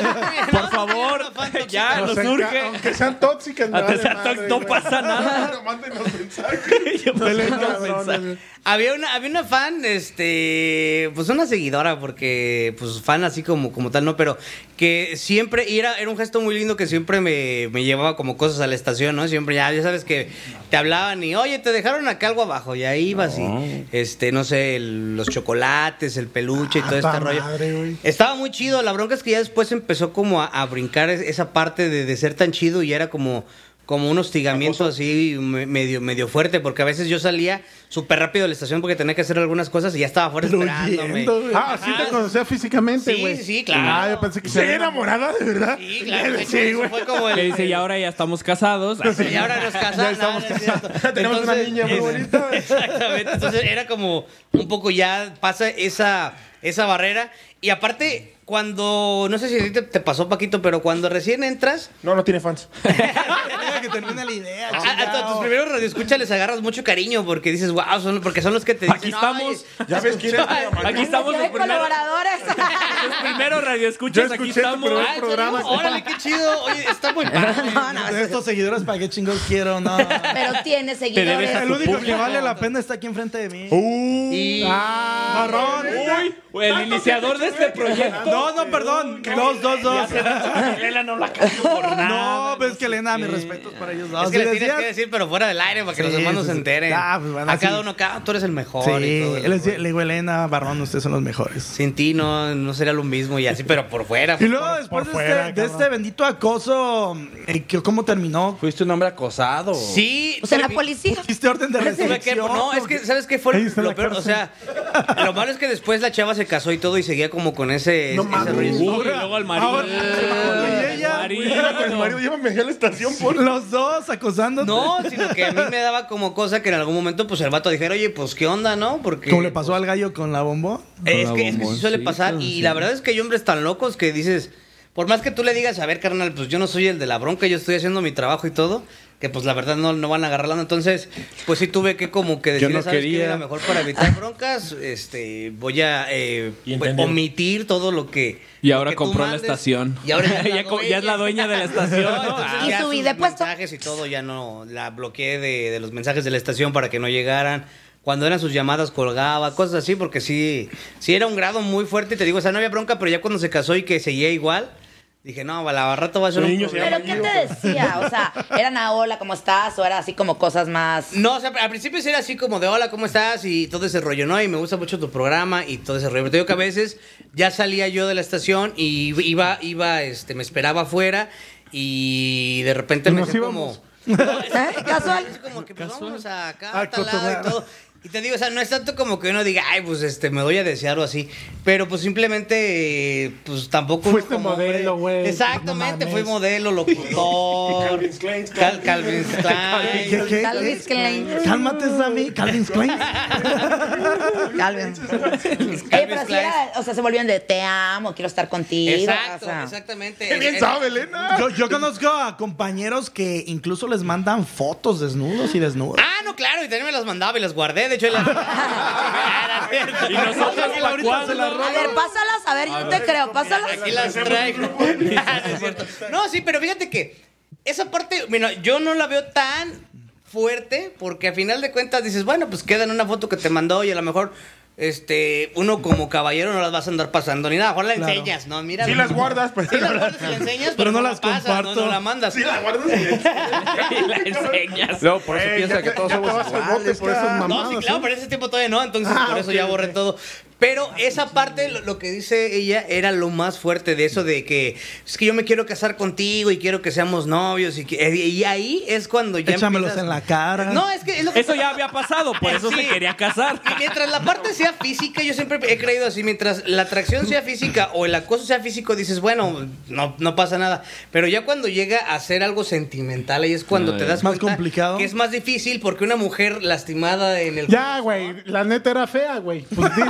S7: no.
S8: Por favor, ya,
S5: O
S8: Ah, nos
S5: sea,
S8: surge.
S5: Aunque sean tóxicas, me
S8: A
S5: vale
S8: pesar de
S5: madre,
S8: que Ah, no
S5: güey.
S8: pasa nada.
S5: Pero mándenos mensajes.
S8: Yo pensé que iba a
S3: cabrones,
S8: pensar.
S3: güey.
S2: Había una, había una fan, este, pues una seguidora, porque, pues fan así como, como tal, no, pero que siempre, y era, era un gesto muy lindo que siempre me, me llevaba como cosas a la estación, ¿no? Siempre ya, ya sabes que te hablaban y, oye, te dejaron acá algo abajo, y ahí ibas y, este, no sé, el- los chocolates, el peluche y todo
S3: Ah,
S2: este
S3: ta
S2: rollo.
S3: madre, güey.
S2: Estaba muy chido, la bronca es que ya después empezó como a, a brincar es- esa parte de, de ser tan chido y era como, como un hostigamiento así me- medio, medio fuerte, porque a veces yo salía súper rápido de la estación porque tenía que hacer algunas cosas y ya estaba fuera esperándome.
S1: huyendo, güey.
S3: Ah, sí te conocía físicamente,
S2: Sí,
S3: güey.
S2: sí, claro.
S3: Ah, yo pensé que se enamorada, de verdad.
S2: Sí, claro,
S3: Sí,
S2: eso
S3: güey.
S2: fue como
S8: Que
S2: el...
S8: dice, y ahora ya estamos casados.
S2: Y ahora nos casamos.
S3: Ya estamos
S2: no, no es cierto.
S5: Tenemos una
S2: Entonces,
S5: niña muy bonita.
S2: Exactamente. Entonces era como un poco ya pasa esa, esa barrera. Y aparte, cuando, no sé si a ti te, te pasó, Paquito, pero cuando recién entras,
S5: No, no tiene fans.
S1: Ah, Deja que termine la idea,
S8: Ah,
S2: a, a- a Ah, tus
S1: chingado.
S2: primeros radioescuchas les agarras mucho cariño porque dices, wow, son, porque son los que te dicen.
S8: Aquí
S2: "Ay,
S8: estamos.
S5: Ya ves quién es mi amante.
S8: Aquí estamos
S7: Ya
S8: los
S7: hay
S8: primeros,
S7: colaboradores.
S8: los primeros radioescuchas.
S3: Yo
S8: Aquí
S3: escuché tu
S8: estamos.
S3: primer
S2: ah, ¿en
S3: programa,
S2: serio? Órale, qué chido. Oye, está muy padre.
S7: No, no,
S1: De estos seguidores, ¿para qué chingos quiero? No.
S7: Pero tiene
S8: debes a
S1: El
S8: tu
S7: seguidores.
S1: único que vale la pena está aquí enfrente de mí.
S2: Y-
S1: Ah, Marrón.
S8: Uy, el iniciador de este proyecto.
S1: No, no, perdón. Dos, dos, dos.
S8: Elena no la cambió por nada.
S1: No, ves que Elena, mis respetos para ellos dos.
S2: Es que
S1: Sí,
S2: le tienes
S1: decías-
S2: que decir, pero fuera del aire, para que
S1: Sí,
S2: los demás no
S1: sí,
S2: se
S1: sí.
S2: enteren.
S1: Ah, pues, van
S2: a
S1: así.
S2: cada uno, cada, tú eres el mejor.
S1: Sí,
S2: y todo.
S1: él decía- le digo, Elena, Barrón, ustedes son los mejores.
S2: Sin ti no, no sería lo mismo y así, pero por fuera.
S1: Y luego después
S3: por
S1: de,
S3: fuera,
S1: este, de
S3: cabrón.
S1: este bendito acoso, eh, que- ¿cómo terminó?
S4: Fuiste un hombre acosado.
S2: Sí.
S7: O sea, la
S2: termi-
S7: policía.
S1: ¿Hiciste orden de
S2: Tuve que-
S1: restricción?
S2: no, es que, ¿sabes qué fue
S3: Ahí está
S2: lo
S3: la
S2: peor? O sea, lo malo es que después la chava se casó y todo y seguía como con ese,
S3: No
S2: ese
S3: mames.
S2: rollo.
S8: Uy, y luego al marido.
S1: Ahora,
S8: Eh,
S1: y ella,
S8: marido.
S5: Mira, con el marido, llévame allá a la estación, por
S1: Los dos acosándote.
S2: No, sino que a mí me daba como cosa que en algún momento pues el vato dijera, oye, pues qué onda, ¿no? Porque...
S1: ¿Cómo le pasó al gallo con la bomba?
S2: Es que, es que sí suele pasar. Y la verdad es que hay hombres tan locos que dices, por más que tú le digas, a ver, carnal, pues yo no soy el de la bronca, yo estoy haciendo mi trabajo y todo, que pues la verdad no, no van a agarrarla. ¿no? Entonces, pues sí tuve que como que decir,
S4: no
S2: ¿sabes qué?
S4: quería".
S2: Mira, mejor para evitar broncas, este, voy a eh,
S5: Y
S2: pues,
S5: entendió.
S2: omitir todo lo que...
S8: Y
S2: lo
S8: ahora
S2: que tú
S8: compró la
S2: mandes".
S8: estación.
S2: Y ahora
S8: Ya co- ya es la dueña de la estación, ¿no? Ah,
S2: entonces
S7: Y
S2: ya
S7: subí
S2: sus
S7: de puesto.
S2: mensajes y todo, ya no, la bloqueé de, de los mensajes de la estación para que no llegaran. Cuando eran sus llamadas colgaba, cosas así, porque sí, sí era un grado muy fuerte. Y te digo, o sea, no había bronca, pero ya cuando se casó y que seguía igual, dije, no, a la rato va a ser un
S5: niño se
S2: problema".
S7: ¿Pero qué te decía? O sea, ¿eran a hola, cómo estás? ¿O era así como cosas más...?
S2: No, o sea, al principio sí era así como de hola, ¿cómo estás? Y todo ese rollo, ¿no? Y me gusta mucho tu programa y todo ese rollo. Pero te digo que a veces ya salía yo de la estación y iba, iba, este, me esperaba afuera y de repente
S3: Y
S2: me
S3: nos
S2: decía
S3: íbamos.
S2: como.
S7: ¿Eh? Casual.
S2: Es como que pues,
S8: Casual.
S2: vámonos acá,
S3: A
S2: a tal lado
S3: cotorrear.
S2: y todo. Y te digo, o sea, no es tanto como que uno diga, ay, pues este, me voy a desear o así. Pero pues simplemente, eh, pues tampoco. uno
S3: Fuiste
S2: como
S3: modelo,
S2: hombre-
S3: güey.
S2: Exactamente,
S3: No
S2: fui
S3: mames.
S2: modelo, locutor. Calvin Klein. Calvin Klein.
S1: ¿Qué, qué?
S7: Calvin Klein.
S1: Cálmate, Sammy. Calvin Klein.
S7: Calvin. Oye,
S2: Calvin
S7: pero sí
S2: Klein.
S7: era, o sea, se volvían de te amo, quiero estar contigo.
S2: Exacto,
S7: o sea.
S2: exactamente.
S5: ¿Qué bien
S2: Eh,
S5: sabe, Elena?
S1: Yo, yo conozco a compañeros que incluso les mandan fotos desnudos y desnudos.
S2: Ah, no, claro, y también me las mandaba y las guardé. De hecho, ahí las.
S8: Y nosotros
S1: Ahorita
S8: para
S1: se
S8: cuándo?
S1: la
S7: A ver, pásalas, a ver, yo te creo, pásalas.
S2: Aquí las traigo. Ah, no, es cierto. No, sí, pero fíjate que esa parte, mira, yo no la veo tan fuerte porque a final de cuentas dices, bueno, pues queda en una foto que te mandó y a lo mejor este uno como caballero no las vas a andar pasando ni nada, mejor la
S1: Claro.
S2: enseñas, ¿no? Mira.
S5: Sí las guardas, pero-
S2: Sí las guardas y las enseñas, pero, no, las pasas,
S1: comparto.
S2: No, no la mandas.
S5: Sí, la guardas bien.
S8: Y la enseñas.
S4: Luego, por eso
S5: Güey,
S4: piensa
S5: ya
S4: que
S5: te-
S4: todos
S5: ya te
S4: somos
S5: vas al
S4: iguales.
S5: bote por
S4: cara.
S3: ah,
S5: esas
S2: No,
S5: mamadas,
S2: sí, claro,
S1: ¿eh?
S5: ¿sí?
S2: pero en ese tiempo todavía no, entonces
S1: Ah,
S2: por eso ya borré todo. Pero esa parte, lo, lo que dice ella, era lo más fuerte de eso de que es que yo me quiero casar contigo y quiero que seamos novios y, que- eh, y ahí es cuando ya
S1: Échamelos
S2: empiezas-
S1: en la cara.
S2: No, es que es lo que
S8: Eso ya había pasado, por eso
S2: Sí.
S8: se quería casar.
S2: Y mientras la parte sea física, yo siempre he creído así, mientras la atracción sea física o el acoso sea físico, dices, bueno, no, no pasa nada. Pero ya cuando llega a ser algo sentimental, ahí es cuando
S8: Ay.
S2: te das
S1: Más
S2: cuenta
S1: complicado.
S2: que es más difícil porque una mujer lastimada en el
S3: Ya, güey. La neta era fea, güey. Pues dile.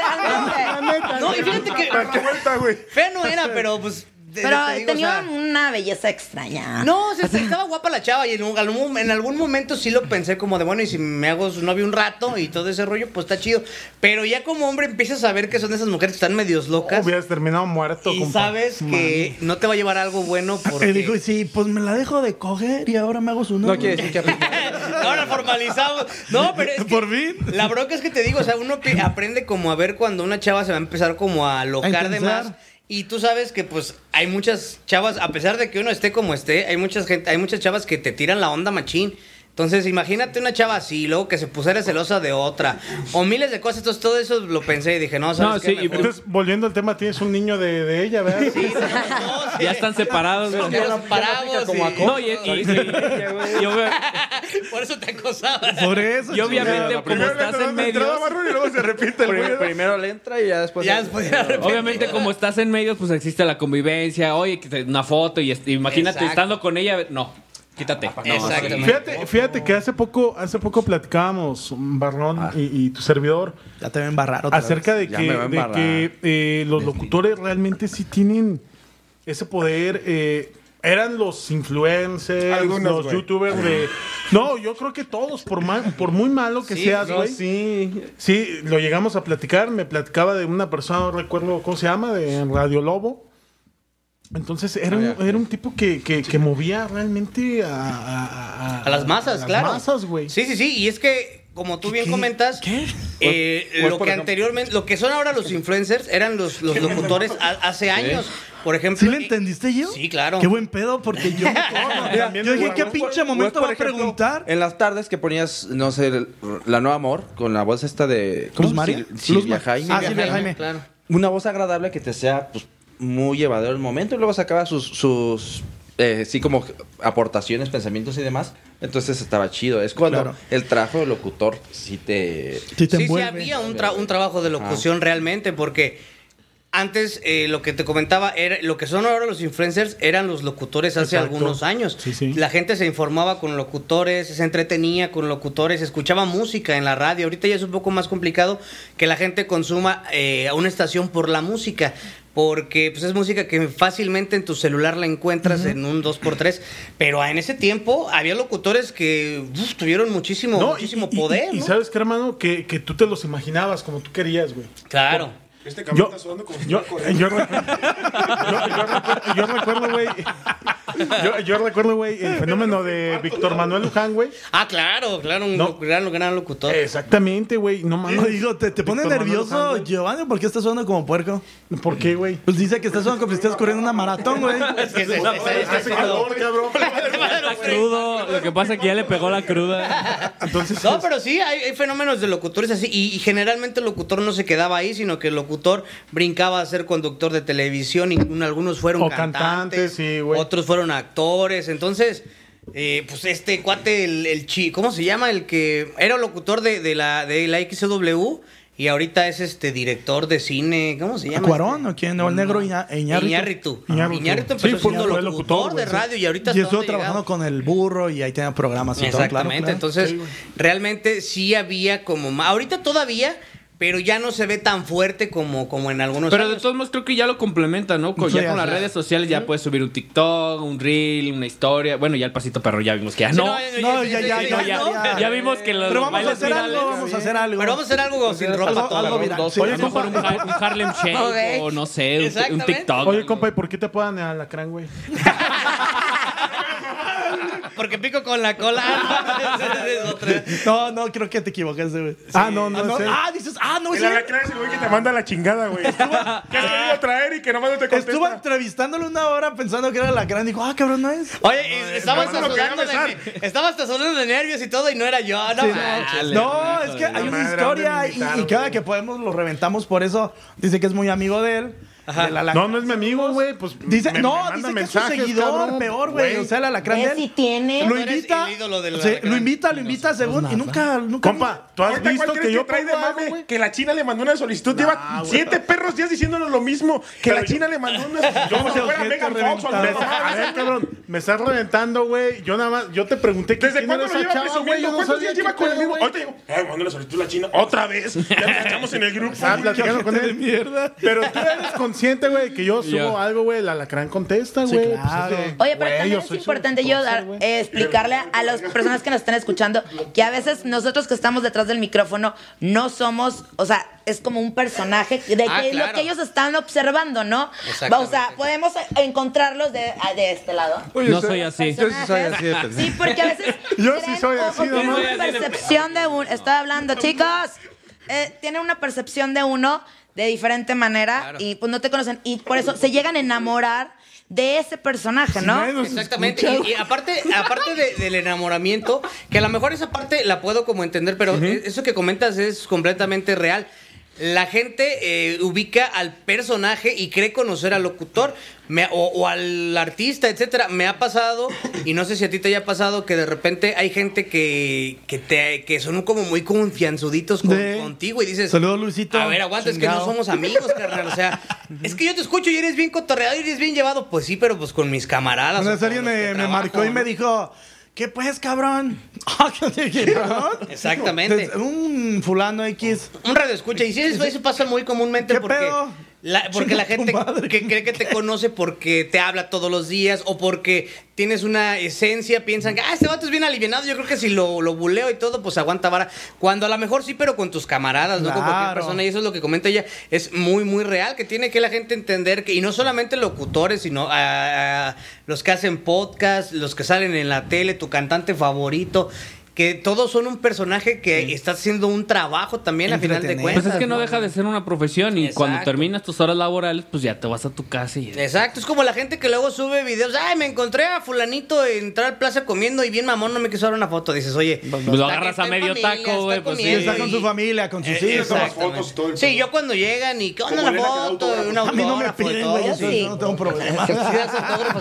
S3: La
S7: Realmente.
S3: neta.
S2: No, y fíjate que
S5: Date vuelta, güey.
S2: fea no era, pero pues. de-
S7: Pero
S2: te digo, o
S7: tenía
S2: sea,
S7: una belleza extraña.
S2: No, o sea, estaba guapa la chava y en, un- algún- en algún momento sí lo pensé como de, bueno, y si me hago su novio un rato y todo ese rollo, pues está chido. Pero ya como hombre empiezas a ver que son esas mujeres que están medios locas
S3: Hubieras terminado muerto,
S2: y
S3: compa.
S2: sabes que no te va a llevar a algo bueno
S1: Y Ah, dijo, y
S2: porque...
S1: sí, pues me la dejo de coger y ahora me hago su
S4: No
S1: novio.
S4: quiere decir que aplique.
S2: Ahora formalizamos. No, pero es que
S1: Por fin.
S2: La bronca es que te digo, o sea, uno pi- aprende como a ver cuando una chava se va a empezar como a
S1: A
S2: locar de
S1: intensar.
S2: más. Y tú sabes que pues hay muchas chavas, a pesar de que uno esté como esté, hay muchas gente, hay muchas chavas que te tiran la onda machín. Entonces, imagínate una chava así, luego que se pusiera celosa de otra, o miles de cosas, entonces todo eso lo pensé y dije, no, sabes
S8: No,
S2: qué?
S8: sí,
S2: Mejor-
S3: Entonces, volviendo al tema, tienes un niño de, de ella, ¿verdad?
S2: Sí, no, no, sí.
S8: Ya están separados. ¿no?
S2: Ya los paramos
S4: como
S2: y-
S4: acoso.
S8: No, y, y- y- y obvia-
S2: por eso te acosabas.
S1: Por eso.
S8: y obviamente,
S4: la
S8: como
S5: Primero le
S8: estás
S5: das
S8: en
S5: la entrada
S8: medios,
S5: a Barrón y luego se repite el
S4: Pri-
S5: güey.
S4: Primero le entra y ya después.
S2: Ya después de repente-
S8: obviamente, como estás en medios, pues existe la convivencia. Oye, que te- una foto y est- imagínate
S2: Exacto.
S8: estando con ella. No, quítate. Ah, No,
S2: Exactamente.
S3: Fíjate, fíjate que hace poco, hace poco platicábamos, Barrón y, y tu servidor,
S1: Ya te voy a embarrar otra
S3: acerca de
S4: Ya
S3: que,
S4: me va a
S3: de
S4: embarrar.
S3: que, eh, los locutores realmente sí tienen ese poder. eh, eran los influencers,
S5: Algunos,
S3: los
S5: güey.
S3: youtubers de... No, yo creo que todos, por, mal- por muy malo que
S2: Sí,
S3: seas,
S4: No,
S3: güey.
S4: sí.
S3: Sí, lo llegamos a platicar. Me platicaba de una persona, no recuerdo cómo se llama, de Radio Lobo. Entonces
S2: Ah,
S3: era un, era un tipo que, que, que movía realmente a, a-
S2: A las masas, claro.
S3: A las masas, güey.
S2: Sí, sí, sí. Y es que, como tú bien comentas, eh,
S4: Pues- pues,
S2: lo
S4: por
S2: que
S4: ejemplo-
S2: anteriormente, lo que son ahora los influencers, eran los, los locutores a- hace años. Por ejemplo.
S1: ¿Sí le
S2: eh,
S1: entendiste yo?
S2: Sí, claro.
S1: Qué buen pedo, porque yo.
S3: También
S1: yo dije,
S3: igual,
S1: ¿qué
S3: ¿no?
S1: pinche momento
S4: Pues, por
S1: va a
S4: ejemplo,
S1: preguntar?
S2: eh,
S4: En las tardes que ponías, no sé, el- la nueva amor con la voz esta de.
S1: ¿Luz
S4: se-
S1: María?
S4: Sil-
S1: Luz
S4: Silvia
S1: Ma-
S4: Jaime.
S1: Ah, Silvia Jaime.
S2: Claro.
S4: Una voz agradable que te sea pues, muy llevadero el momento y luego sacaba sus. sus eh, sí, como aportaciones, pensamientos y demás. Entonces estaba chido. Es cuando
S1: Claro.
S4: el trabajo de locutor sí te.
S1: Sí, te
S2: sí, sí
S1: envuelve.
S3: Ah.
S2: había un, tra- un trabajo de locución realmente, porque Antes, eh, lo que te comentaba, era, lo que son ahora los influencers eran los locutores hace
S3: Exacto.
S2: algunos años.
S3: Sí, sí.
S2: La gente se informaba con locutores, se entretenía con locutores, escuchaba música en la radio. Ahorita ya es un poco más complicado que la gente consuma eh, a una estación por la música. Porque pues, es música que fácilmente en tu celular la encuentras en un 2x3. Pero en ese tiempo había locutores que uf, tuvieron muchísimo,
S3: No, y-
S2: muchísimo
S3: y-
S2: poder.
S3: Y, y
S2: ¿no?
S3: sabes qué, hermano, que, que tú te los imaginabas como tú querías, güey.
S2: Claro.
S5: Este
S3: Yo-
S5: cabrón está sudando como si
S3: Yo,
S5: fuera
S3: yo,
S5: corriendo.
S3: recu- yo- yo recu- yo recuerdo, güey. Yo, yo recuerdo, güey, el fenómeno de Víctor Manuel Luján, güey.
S2: Ah, claro, claro, un
S3: No. Eh,
S2: gran, gran locutor.
S3: Exactamente, güey. No
S1: No,
S3: mames.
S1: digo, ¿te, te pone
S3: Víctor Manuel
S1: nervioso,
S3: Luján,
S1: Giovanni? ¿Por qué estás sonando como puerco?
S3: güey. ¿Por qué, güey?
S1: Pues dice que estás sonando como si estás corriendo una maratón, güey.
S2: que se- se- se- se-
S5: Hace calor, cabrón.
S8: Está crudo. Lo que pasa es que ya le pegó la cruda.
S3: Entonces,
S2: No, pero sí, hay, hay fenómenos de locutores así. Y, y generalmente el locutor no se quedaba ahí, sino que el locutor brincaba a ser conductor de televisión. Y un- algunos fueron
S3: O
S2: cantantes,
S3: cantantes, sí, güey.
S2: otros fueron actores. Entonces, eh, pues este cuate, el, el chi, ¿cómo se llama? El que era locutor de, de la, de la XW. Y ahorita es este director de cine, ¿cómo se llama?
S1: ¿Cuarón
S2: Este?
S1: o quién? ¿O el negro Iña- Iñárritu? Ah,
S2: Iñárritu.
S3: Iñárritu.
S2: Iñárritu
S3: Sí,
S2: empezó
S3: fue-
S2: siendo locutor,
S3: fue locutor,
S2: de
S3: güey, sí.
S2: radio y
S1: Y
S2: ahorita hasta
S1: estuvo
S2: dónde ha llegado.
S1: trabajando con el burro y ahí tenía programas y todo, claro,
S2: Exactamente,
S1: claro.
S2: entonces
S3: Sí, güey.
S2: realmente sí había como ma- ahorita todavía, pero ya no se ve tan fuerte como, como en algunos
S8: Pero de
S2: años.
S8: todos modos creo que ya lo complementa, ¿no? Con,
S1: Sí,
S8: ya con las
S1: así es.
S8: redes sociales ya puedes subir un TikTok, un reel, una historia. Bueno, ya el pasito perro ya vimos que ya
S2: Sí,
S8: no.
S1: No, ya, ya,
S8: Sí,
S1: ya,
S8: no,
S1: ya, ya.
S8: ya, vimos que los
S1: Pero vamos a
S8: bailes
S1: hacer
S8: virales-
S1: algo, vamos a hacer algo.
S2: ¿eh? Pero vamos a hacer algo sin ropa
S1: algo-
S2: toda,
S1: algo
S2: ¿no?
S1: viral.
S4: Sí,
S8: Oye, compa, un, ha- un Harlem Shake
S2: Ok.
S8: o no sé, un- un,
S2: Exactamente.
S8: TikTok.
S3: Oye,
S8: algo.
S3: compa, ¿y por qué te puedan a la crán, güey?
S2: Porque pico con la cola. Ah, no, esa es otra.
S1: No, no, creo que te equivocaste, güey.
S3: Ah, no, no,
S1: ah,
S3: en serio.
S1: ah, dices, ah, no, es
S5: El
S1: cierto.
S5: alacrán es el güey que te manda a la chingada, güey. ¿Qué has querido traer y que nomás no te contesta?
S1: Estuvo entrevistándolo una hora pensando que era la gran. Dijo, ah, cabrón, no es.
S2: Oye, y estaba
S5: no
S2: hasta
S5: me lo quería
S2: sudando de,
S5: besar.
S2: estaba hasta sudando de nervios y todo y no era yo, no.
S1: Sí,
S2: manches.
S1: no, no, es que hay una
S5: madre,
S1: historia
S5: ¿dónde
S1: y,
S5: me invitaron,
S1: y cada
S5: güey?
S1: que podemos lo reventamos por eso. Dice que es muy amigo de él. del alacrán.
S3: No, no es mi amigo, güey. Pues
S1: Dice,
S5: Me- me
S1: no,
S5: manda
S1: dice que es su
S5: mensajes,
S1: seguidor
S5: cabrón.
S1: peor, güey. O sea, el alacrán de
S7: Ve
S1: él.
S7: si tiene.
S1: Lo
S2: No eres
S1: invita,
S2: el ídolo del
S1: sí,
S2: alacrán.
S1: lo invita, lo invita según y nunca, nunca.
S3: Compa, ¿tú has
S5: Ahorita,
S3: visto
S5: ¿cuál
S3: que
S5: crees
S3: yo
S5: trae de
S3: pongo algo,
S5: mame?
S3: güey?
S5: Que la China le mandó una solicitud. Lleva siete perros días diciéndonos lo mismo. Que la China le mandó una. Yo
S3: Ese ojete
S5: Pues,
S3: reventado. A ver, cabrón, me estás reventando, güey. Yo nada más, yo te pregunté que
S5: ¿Desde cuándo lo lleva presumiendo? ¿Cuántos días lleva con el mismo? Ahorita digo, ay, mandó una solicitud a la China. Otra vez. Ah, Ya nos echamos en el grupo.
S3: Estaba platicando con él.
S1: mierda.
S3: Pero tú eres consciente, güey, que yo subo
S8: Yo.
S3: algo, güey, el alacrán contesta, güey. Pues
S1: claro.
S3: es de-
S7: Oye,
S3: güey,
S7: pero
S3: yo
S7: también es
S3: soy su
S7: importante yo
S3: sponsor,
S7: dar-
S3: güey.
S7: eh, explicarle a las personas que nos están escuchando que a veces nosotros que estamos detrás del micrófono no somos, o sea, es como un personaje de
S2: Ah,
S7: que es
S2: claro.
S7: lo que ellos están observando, ¿no? O
S2: Exactamente.
S7: sea, podemos encontrarlos de, ah, de este lado.
S8: No soy así.
S4: Yo sí soy así de pensar.
S7: Sí, porque a veces
S3: Yo sí
S7: creen
S3: soy
S7: o- o
S3: así,
S7: tienen
S8: nomás.
S7: una
S8: Soy así de-
S7: percepción de uno. Estoy hablando, chicos. Eh, tienen una percepción de uno de diferente manera y pues no te conocen. Y por eso se llegan a enamorar de ese personaje, ¿no?
S2: Exactamente. Y, y aparte, aparte de- del enamoramiento, que a lo mejor esa parte la puedo como entender, pero e- eso que comentas es completamente real. La gente eh, ubica al personaje y cree conocer al locutor me- o, o al artista, etcétera. Me ha pasado, y no sé si a ti te haya pasado, que de repente hay gente que, que, te, que son como muy confianzuditos con-
S1: De-
S2: contigo y dices...
S1: Saludos, Luisito.
S2: A ver, aguanta, es que no
S1: Chingado.
S2: somos amigos, carnal. O sea, es que yo te escucho y eres bien cotorreado y eres bien llevado. Pues sí, pero pues con mis camaradas.
S1: Una
S2: o
S1: vez
S2: con
S1: alguien
S2: los que
S1: me, me
S2: trabajo,
S1: marcó y
S2: ¿no?
S1: me dijo, ¿qué pues, cabrón? Ah, ¿qué, qué, cabrón?
S2: Exactamente.
S1: Un fulano X.
S2: Un radio escucha. Y sí, eso, eso pasa muy comúnmente
S1: ¿Qué
S2: porque.
S1: pedo?
S2: la- porque la
S1: Chinga tu
S2: gente
S1: madre.
S2: que cree que te conoce porque te habla todos los días o porque tienes una esencia, piensan que, ah, este vato es bien alivianado, yo creo que si lo, lo buleo y todo, pues aguanta vara. Cuando a lo mejor sí, pero con tus camaradas, no con cualquier
S1: Claro.
S2: persona. Y eso es lo que comenta ella, es muy, muy real, que tiene que la gente entender que, y no solamente locutores, sino ah, los que hacen podcast, los que salen en la tele, tu cantante favorito. Que todos son un personaje que está haciendo un trabajo también a final de
S1: Entretener.
S2: cuentas.
S8: Pues es que no deja de ser una profesión y
S2: Exacto.
S8: cuando terminas tus horas laborales, pues ya te vas a tu casa y...
S2: Exacto, es como la gente que luego sube videos. Ay, me encontré a fulanito entrar al plaza comiendo y bien mamón no me quiso dar una foto. Dices, oye,
S8: Pues lo
S2: está-
S8: agarras
S2: está
S8: a
S2: en
S8: medio
S2: familia,
S8: taco, güey, pues sí.
S1: Y
S2: comiendo
S1: está con
S2: y-
S1: su familia, con sus
S2: Eh,
S1: hijos.
S5: tomas
S2: exactamente.
S5: fotos y todo el
S2: Sí,
S5: pedo.
S2: yo cuando llegan y ¿qué onda
S5: Como
S2: la
S5: Elena que da
S2: foto?
S5: autógrafos.
S2: Una
S1: A mí no me piden, güey, yo sí, no tengo problema.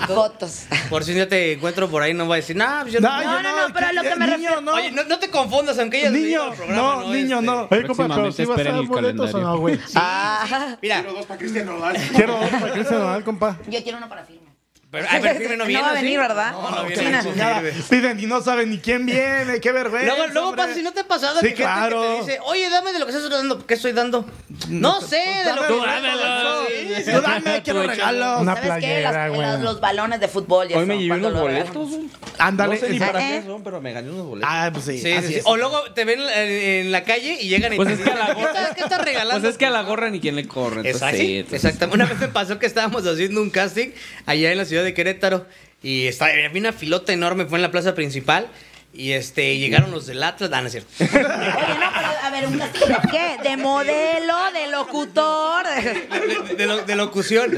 S7: Fotos.
S2: Por si ya te encuentro por ahí, no voy a decir, no, pues yo
S1: yo
S7: no, no, pero a
S1: eh,
S7: lo que me
S1: niño,
S7: refiero-
S1: no.
S2: Oye, no, no te confundas, aunque ella
S1: niño,
S2: diga el programa,
S1: no, niño,
S2: Este,
S1: no.
S3: Oye, compa, pero
S9: Próximamente
S3: si vas a
S9: esperen
S3: dar
S9: el
S3: boletos o
S9: calendario.
S3: no, güey.
S7: Ah,
S2: Mira,
S5: dos para Cristian Nodal.
S3: Quiero dos para Cristian Nodal, compa.
S7: yo quiero uno para firma.
S2: pero, ay, pero firme no viene.
S7: va a
S2: ¿sí?
S7: venir, ¿verdad?
S2: No, no
S1: Que
S2: viene.
S1: la chingada. Piden y no saben ni quién viene, qué vergüenza.
S2: Luego, luego
S1: hombre.
S2: pasa, si no te ha pasado
S1: Sí,
S2: que gente
S1: claro.
S2: que te dice, oye, dame de lo que estás dando, ¿qué estoy dando? No sé, de lo
S1: Dame,
S2: que
S1: Tú
S8: dámelo, sí, sí.
S1: Tú dame, quiero regalos.
S3: Una
S7: ¿Sabes qué? Las-
S3: playera,
S7: los,
S3: güey.
S7: los balones de fútbol. Ya
S4: Hoy me
S7: son
S4: llevé
S7: cuando
S4: unos
S7: lo regalan.
S4: boletos. güey.
S1: Ándale.
S4: No sé ni
S1: exacto.
S4: para
S7: ¿Eh?
S4: qué son, pero me gané unos boletos.
S1: Ah, pues sí.
S2: Sí,
S1: así
S2: sí, sí.
S1: es.
S2: O luego te ven eh, en la calle y llegan y
S8: Pues
S2: te
S8: es que a la
S2: ¿qué estás,
S8: gorra.
S2: qué estás regalando?
S8: Pues es que a la gorra ni quien le corre. entonces,
S2: Exacto.
S8: sí, entonces-
S2: Exactamente. Una vez me pasó que estábamos haciendo un casting allá en la ciudad de Querétaro y está- había una filota enorme, fue en la plaza principal y este llegaron los del Atlas, ah, no es cierto.
S7: Oye, no, pero a ver, un casting de qué? De modelo, de locutor. de-
S2: De, de- de lo- de locución.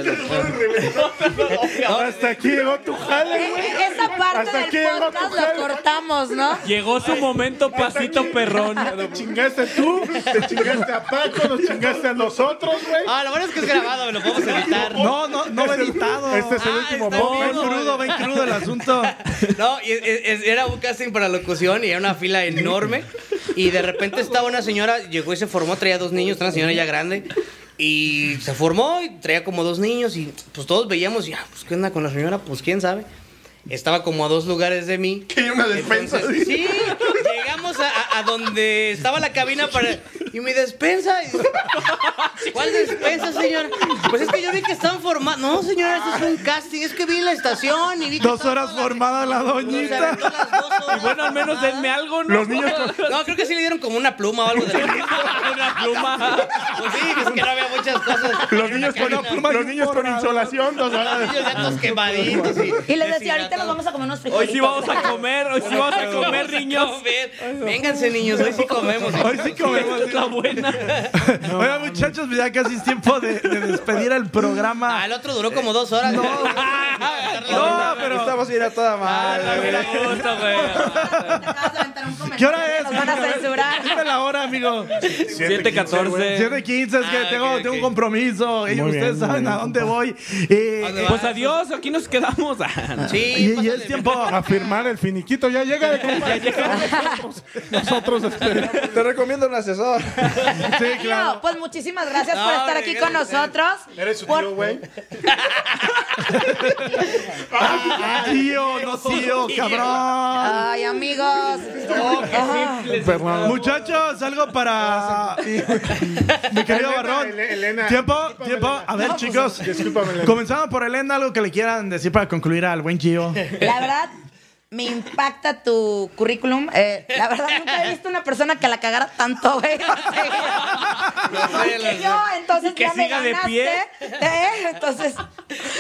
S3: Hasta aquí llegó tu jale, güey.
S7: Eh, Esa parte
S3: Hasta aquí
S7: del
S3: llegó tu
S7: podcast
S3: jale.
S7: lo cortamos, ¿no?
S8: Llegó su momento pasito perrón.
S3: Te chingaste tú, te chingaste a Paco, nos chingaste a nosotros, güey.
S2: Ah, lo bueno es que es grabado, me lo podemos editar.
S1: No, no, no va editado.
S3: Este es el
S2: Ah,
S3: último
S2: está
S3: bomba.
S1: Ven crudo, ven crudo el asunto.
S2: No, y es- es- era un casting para locución y era una fila enorme. Y de repente estaba una señora, llegó y se formó, traía dos niños, una señora ya grande. Y se formó y traía como dos niños. Y pues todos veíamos, ya, pues qué onda con la señora, pues quién sabe. Estaba como a dos lugares de mí.
S5: Que hay una despensa.
S2: Entonces, sí, llegamos a, a- a donde estaba la cabina para. Y mi despensa. y- ¿Cuál despensa, señora? Pues es que yo vi que están formando. No, señora, esto es un casting. Es que vi la estación y vi que.
S1: Dos
S2: estaban
S1: horas
S2: todas las-
S1: formada la
S2: nos
S1: doñita.
S2: aventó las dos horas.
S8: Y bueno, al menos denme algo, ¿no?
S3: Los niños con-
S2: No, creo que sí le dieron como una pluma o algo de la
S8: Una pluma.
S2: Pues sí, es que no había muchas cosas.
S3: Los niños con,
S2: Una
S1: pluma y
S3: los
S1: un
S3: niños con
S1: porra.
S3: insolación, nos van a
S2: Los
S3: decir.
S2: niños ya todos quemaditos.
S7: Y les decía, ahorita nos vamos a comer unos
S8: Hoy
S7: frijolitos.
S8: sí vamos a comer, hoy sí vamos a comer, niños.
S2: Vénganse, niños, hoy sí comemos.
S1: Hoy sí comemos.
S8: Esta es la buena.
S1: Oiga, muchachos, pues ya casi es tiempo de, de despedir el
S2: Ah,
S1: programa.
S2: el otro duró como dos horas. No,
S1: No, pero.
S4: Estamos bien a toda
S8: Ah,
S4: madre.
S8: mira, gusto, güey.
S7: Te acabas de aventar un comentario
S1: ¿Qué hora es?
S7: que Nos van a censurar.
S1: Dime la hora, amigo.
S8: 714.
S1: 7.15, es que
S2: Ah,
S1: tengo,
S2: ok, ok.
S1: tengo un compromiso. Y
S3: Muy
S1: ustedes
S3: bien,
S1: saben
S3: muy bien,
S1: a dónde voy. Eh, Y,
S8: Pues adiós, aquí nos quedamos. Ah, no.
S2: Sí,
S1: y- y
S2: pásale.
S1: es tiempo.
S3: A firmar el finiquito, ya llega de compa. Nosotros, nosotros este,
S4: Te recomiendo un asesor.
S1: Sí,
S7: Tío,
S1: claro.
S7: pues muchísimas gracias
S2: No,
S7: por estar aquí con nosotros.
S5: Eres su
S7: Por-
S5: tío, güey.
S1: Ah, Tío, no tío, cabrón.
S7: Ay, amigos. Ah,
S3: perdón.
S1: Muchachos, algo para mi querido
S5: Elena,
S1: Barrón.
S5: Ele- Elena.
S1: Tiempo,
S5: Discúlpame,
S1: tiempo.
S5: Elena.
S1: A ver,
S5: No, pues,
S1: chicos.
S5: discúlpame, Elena.
S1: Comenzamos por Elena, algo que le quieran decir para concluir al buen Gio.
S7: La verdad, me impacta tu currículum. Eh, la verdad, nunca he visto una persona que la cagara tanto, güey.
S2: Los sé,
S7: Que
S2: los
S7: yo,
S2: sé.
S7: entonces
S8: Y que
S7: ya me
S8: siga de
S7: ganaste.
S8: pie.
S7: ¿eh? Entonces,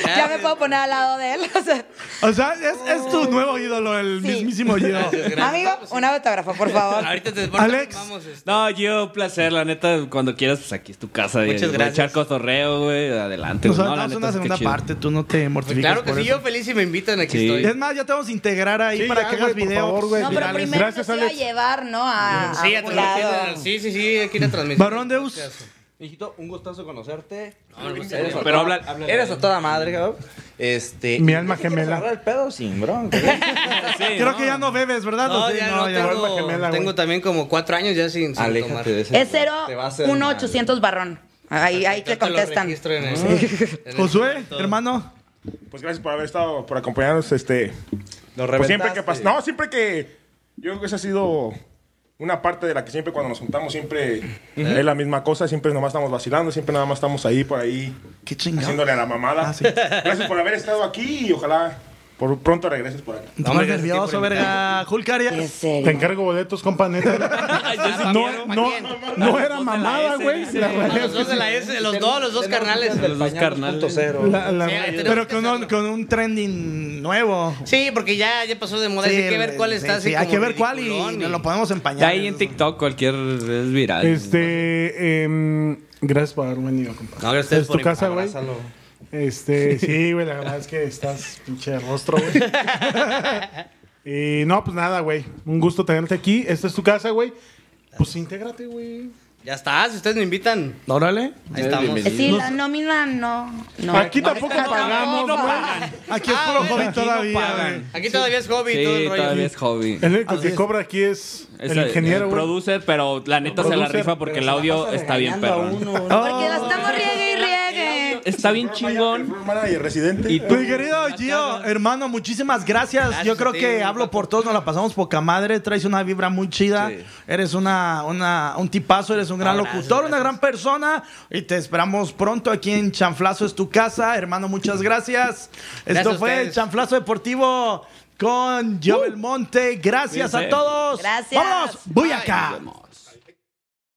S7: ya me puedo poner al lado de él. o sea.
S1: O sea, es, es
S2: Oh.
S1: tu nuevo ídolo, el
S7: Sí.
S1: mismísimo Gio.
S7: Amigo, un autógrafo, por favor.
S2: Ahorita te
S1: Alex.
S2: Vamos, este.
S8: No, yo, un placer, la neta, cuando quieras, pues aquí es tu casa.
S2: Muchas
S8: eh,
S2: gracias.
S8: Echar cotorreo, güey, adelante.
S1: Nos
S8: güey. No, la
S1: aventamos una
S8: neta, sí, qué
S1: segunda
S8: chido.
S1: parte, tú no te mortifiques.
S2: Claro que
S1: por
S2: sí,
S1: eso.
S2: yo feliz si me invitan, aquí
S8: Sí.
S2: estoy.
S1: Es más, ya te vamos a integrar ahí
S3: Sí,
S1: para
S3: ya,
S1: que hagas
S3: güey, por
S1: videos.
S3: favor, güey.
S7: No, pero
S3: Virales.
S7: primero
S3: Gracias,
S7: nos iba
S3: Alex.
S7: a llevar, ¿no? A,
S2: Sí,
S7: a
S2: a
S7: un lado.
S2: transmitir. Sí, sí, sí, aquí la transmisión.
S1: Barrón de Us.
S4: Hijito, un gustazo conocerte.
S2: Eres
S4: a
S8: Pero
S4: toda-
S8: habla- habla-
S4: Eres a toda madre, cabrón. Este.
S3: Mi alma
S4: ¿y si quieres
S3: gemela.
S4: agarrar el pedo sin bronca.
S8: Sí,
S1: Creo
S8: ¿no?
S1: que ya no bebes, ¿verdad?
S2: No,
S1: Sí,
S2: ya
S1: no,
S2: no,
S1: ya.
S2: tengo,
S3: gemela, güey.
S2: tengo también como cuatro años ya sin, sin tomar.
S4: Aléjate de ese.
S7: Es
S4: te va a hacer
S7: 01800 barrón. Ahí, ahí te
S2: Yo te lo
S7: contestan.
S2: registro en el- en el-
S1: Ah. Josué, hermano.
S5: Pues gracias por haber estado, por acompañarnos. Este,
S4: mal. Nos
S5: pues siempre que pasa.
S4: reventaste.
S5: No, siempre que. Yo creo que esa ha sido una parte de la que siempre cuando nos juntamos siempre es la misma cosa. Siempre nomás estamos vacilando, siempre nada más estamos ahí por ahí
S1: Qué chingado.
S5: haciéndole a la mamada.
S1: Ah, sí.
S5: Gracias por haber estado aquí y ojalá por pronto regreses por acá.
S1: Estás
S2: hombre, gracias a ti
S1: nervioso,
S2: por
S1: verga. Julcaria.
S7: En serio.
S3: Te encargo boletos, compa, neta.
S8: Ay, yo sí
S3: No,
S8: quiero.
S3: no, no era
S8: Los dos de la
S3: mamada,
S8: S,
S3: güey.
S8: dice.
S3: La
S2: A
S3: verdad es
S2: los
S3: que
S2: dos de la S, los dos, los dos carnales.
S8: Los dos carnales.
S3: la- la-
S2: Sí, tenemos
S1: Pero
S2: que
S1: con un,
S2: hacerlo.
S1: con un trending nuevo.
S2: Sí, porque ya, ya pasó de moda.
S1: Sí,
S2: hay que ver cuál
S1: sí,
S2: está.
S1: sí,
S2: así
S1: hay que
S2: como
S1: ver cuál y,
S2: ridiculón
S1: nos lo podemos empañar.
S8: Ya ahí en TikTok cualquier es viral.
S3: Este, em, gracias por haber venido, compa.
S2: No, gracias a ustedes
S3: es tu
S2: por
S3: casa, güey. Este, sí, güey, la verdad es que estás pinche rostro, güey. Y no, pues nada, güey. Un gusto tenerte aquí. Esta es tu casa, güey. Pues intégrate, güey.
S2: Ya está, si ustedes me invitan,
S1: Órale.
S2: ahí estamos.
S4: bienvenido.
S7: Sí, la nómina no. no
S3: Aquí
S7: no,
S3: tampoco
S7: no, no,
S3: pagamos,
S7: no,
S3: güey.
S7: pagan.
S1: Aquí es
S2: Ah,
S1: puro
S2: bueno,
S1: hobby
S8: aquí no
S1: todavía.
S8: pagan.
S1: güey.
S2: Aquí todavía es hobby, todo el
S8: Sí,
S2: rollo.
S8: todavía es hobby.
S3: El único
S1: Así
S3: que
S1: es.
S3: cobra aquí Ah, es
S8: Es
S3: el ingeniero, güey.
S8: producer, pero la neta se la
S3: Producer,
S8: rifa porque el
S3: pero
S8: audio está bien perro.
S1: Oh.
S7: Porque la estamos riegue y riegue.
S8: Está bien chingón.
S5: y residente.
S8: Y tú,
S1: Mi Pues, querido Gio, hermano, muchísimas gracias. Yo creo
S2: a ti,
S1: que
S2: un
S1: hablo por todos, nos la pasamos poca madre, traes una vibra muy chida,
S4: Sí.
S1: eres una, una, un tipazo, eres un gran
S2: No,
S1: locutor,
S2: gracias,
S1: una gran persona y te esperamos pronto aquí en Chanflazo es tu casa, hermano, muchas gracias. Esto
S2: Gracias a
S1: fue el
S2: ustedes. Uh.
S1: Chanflazo Deportivo con Joe Belmonte, gracias a
S8: Cuídense.
S1: todos.
S7: Gracias.
S1: Vamos, voy acá.
S8: Vamos.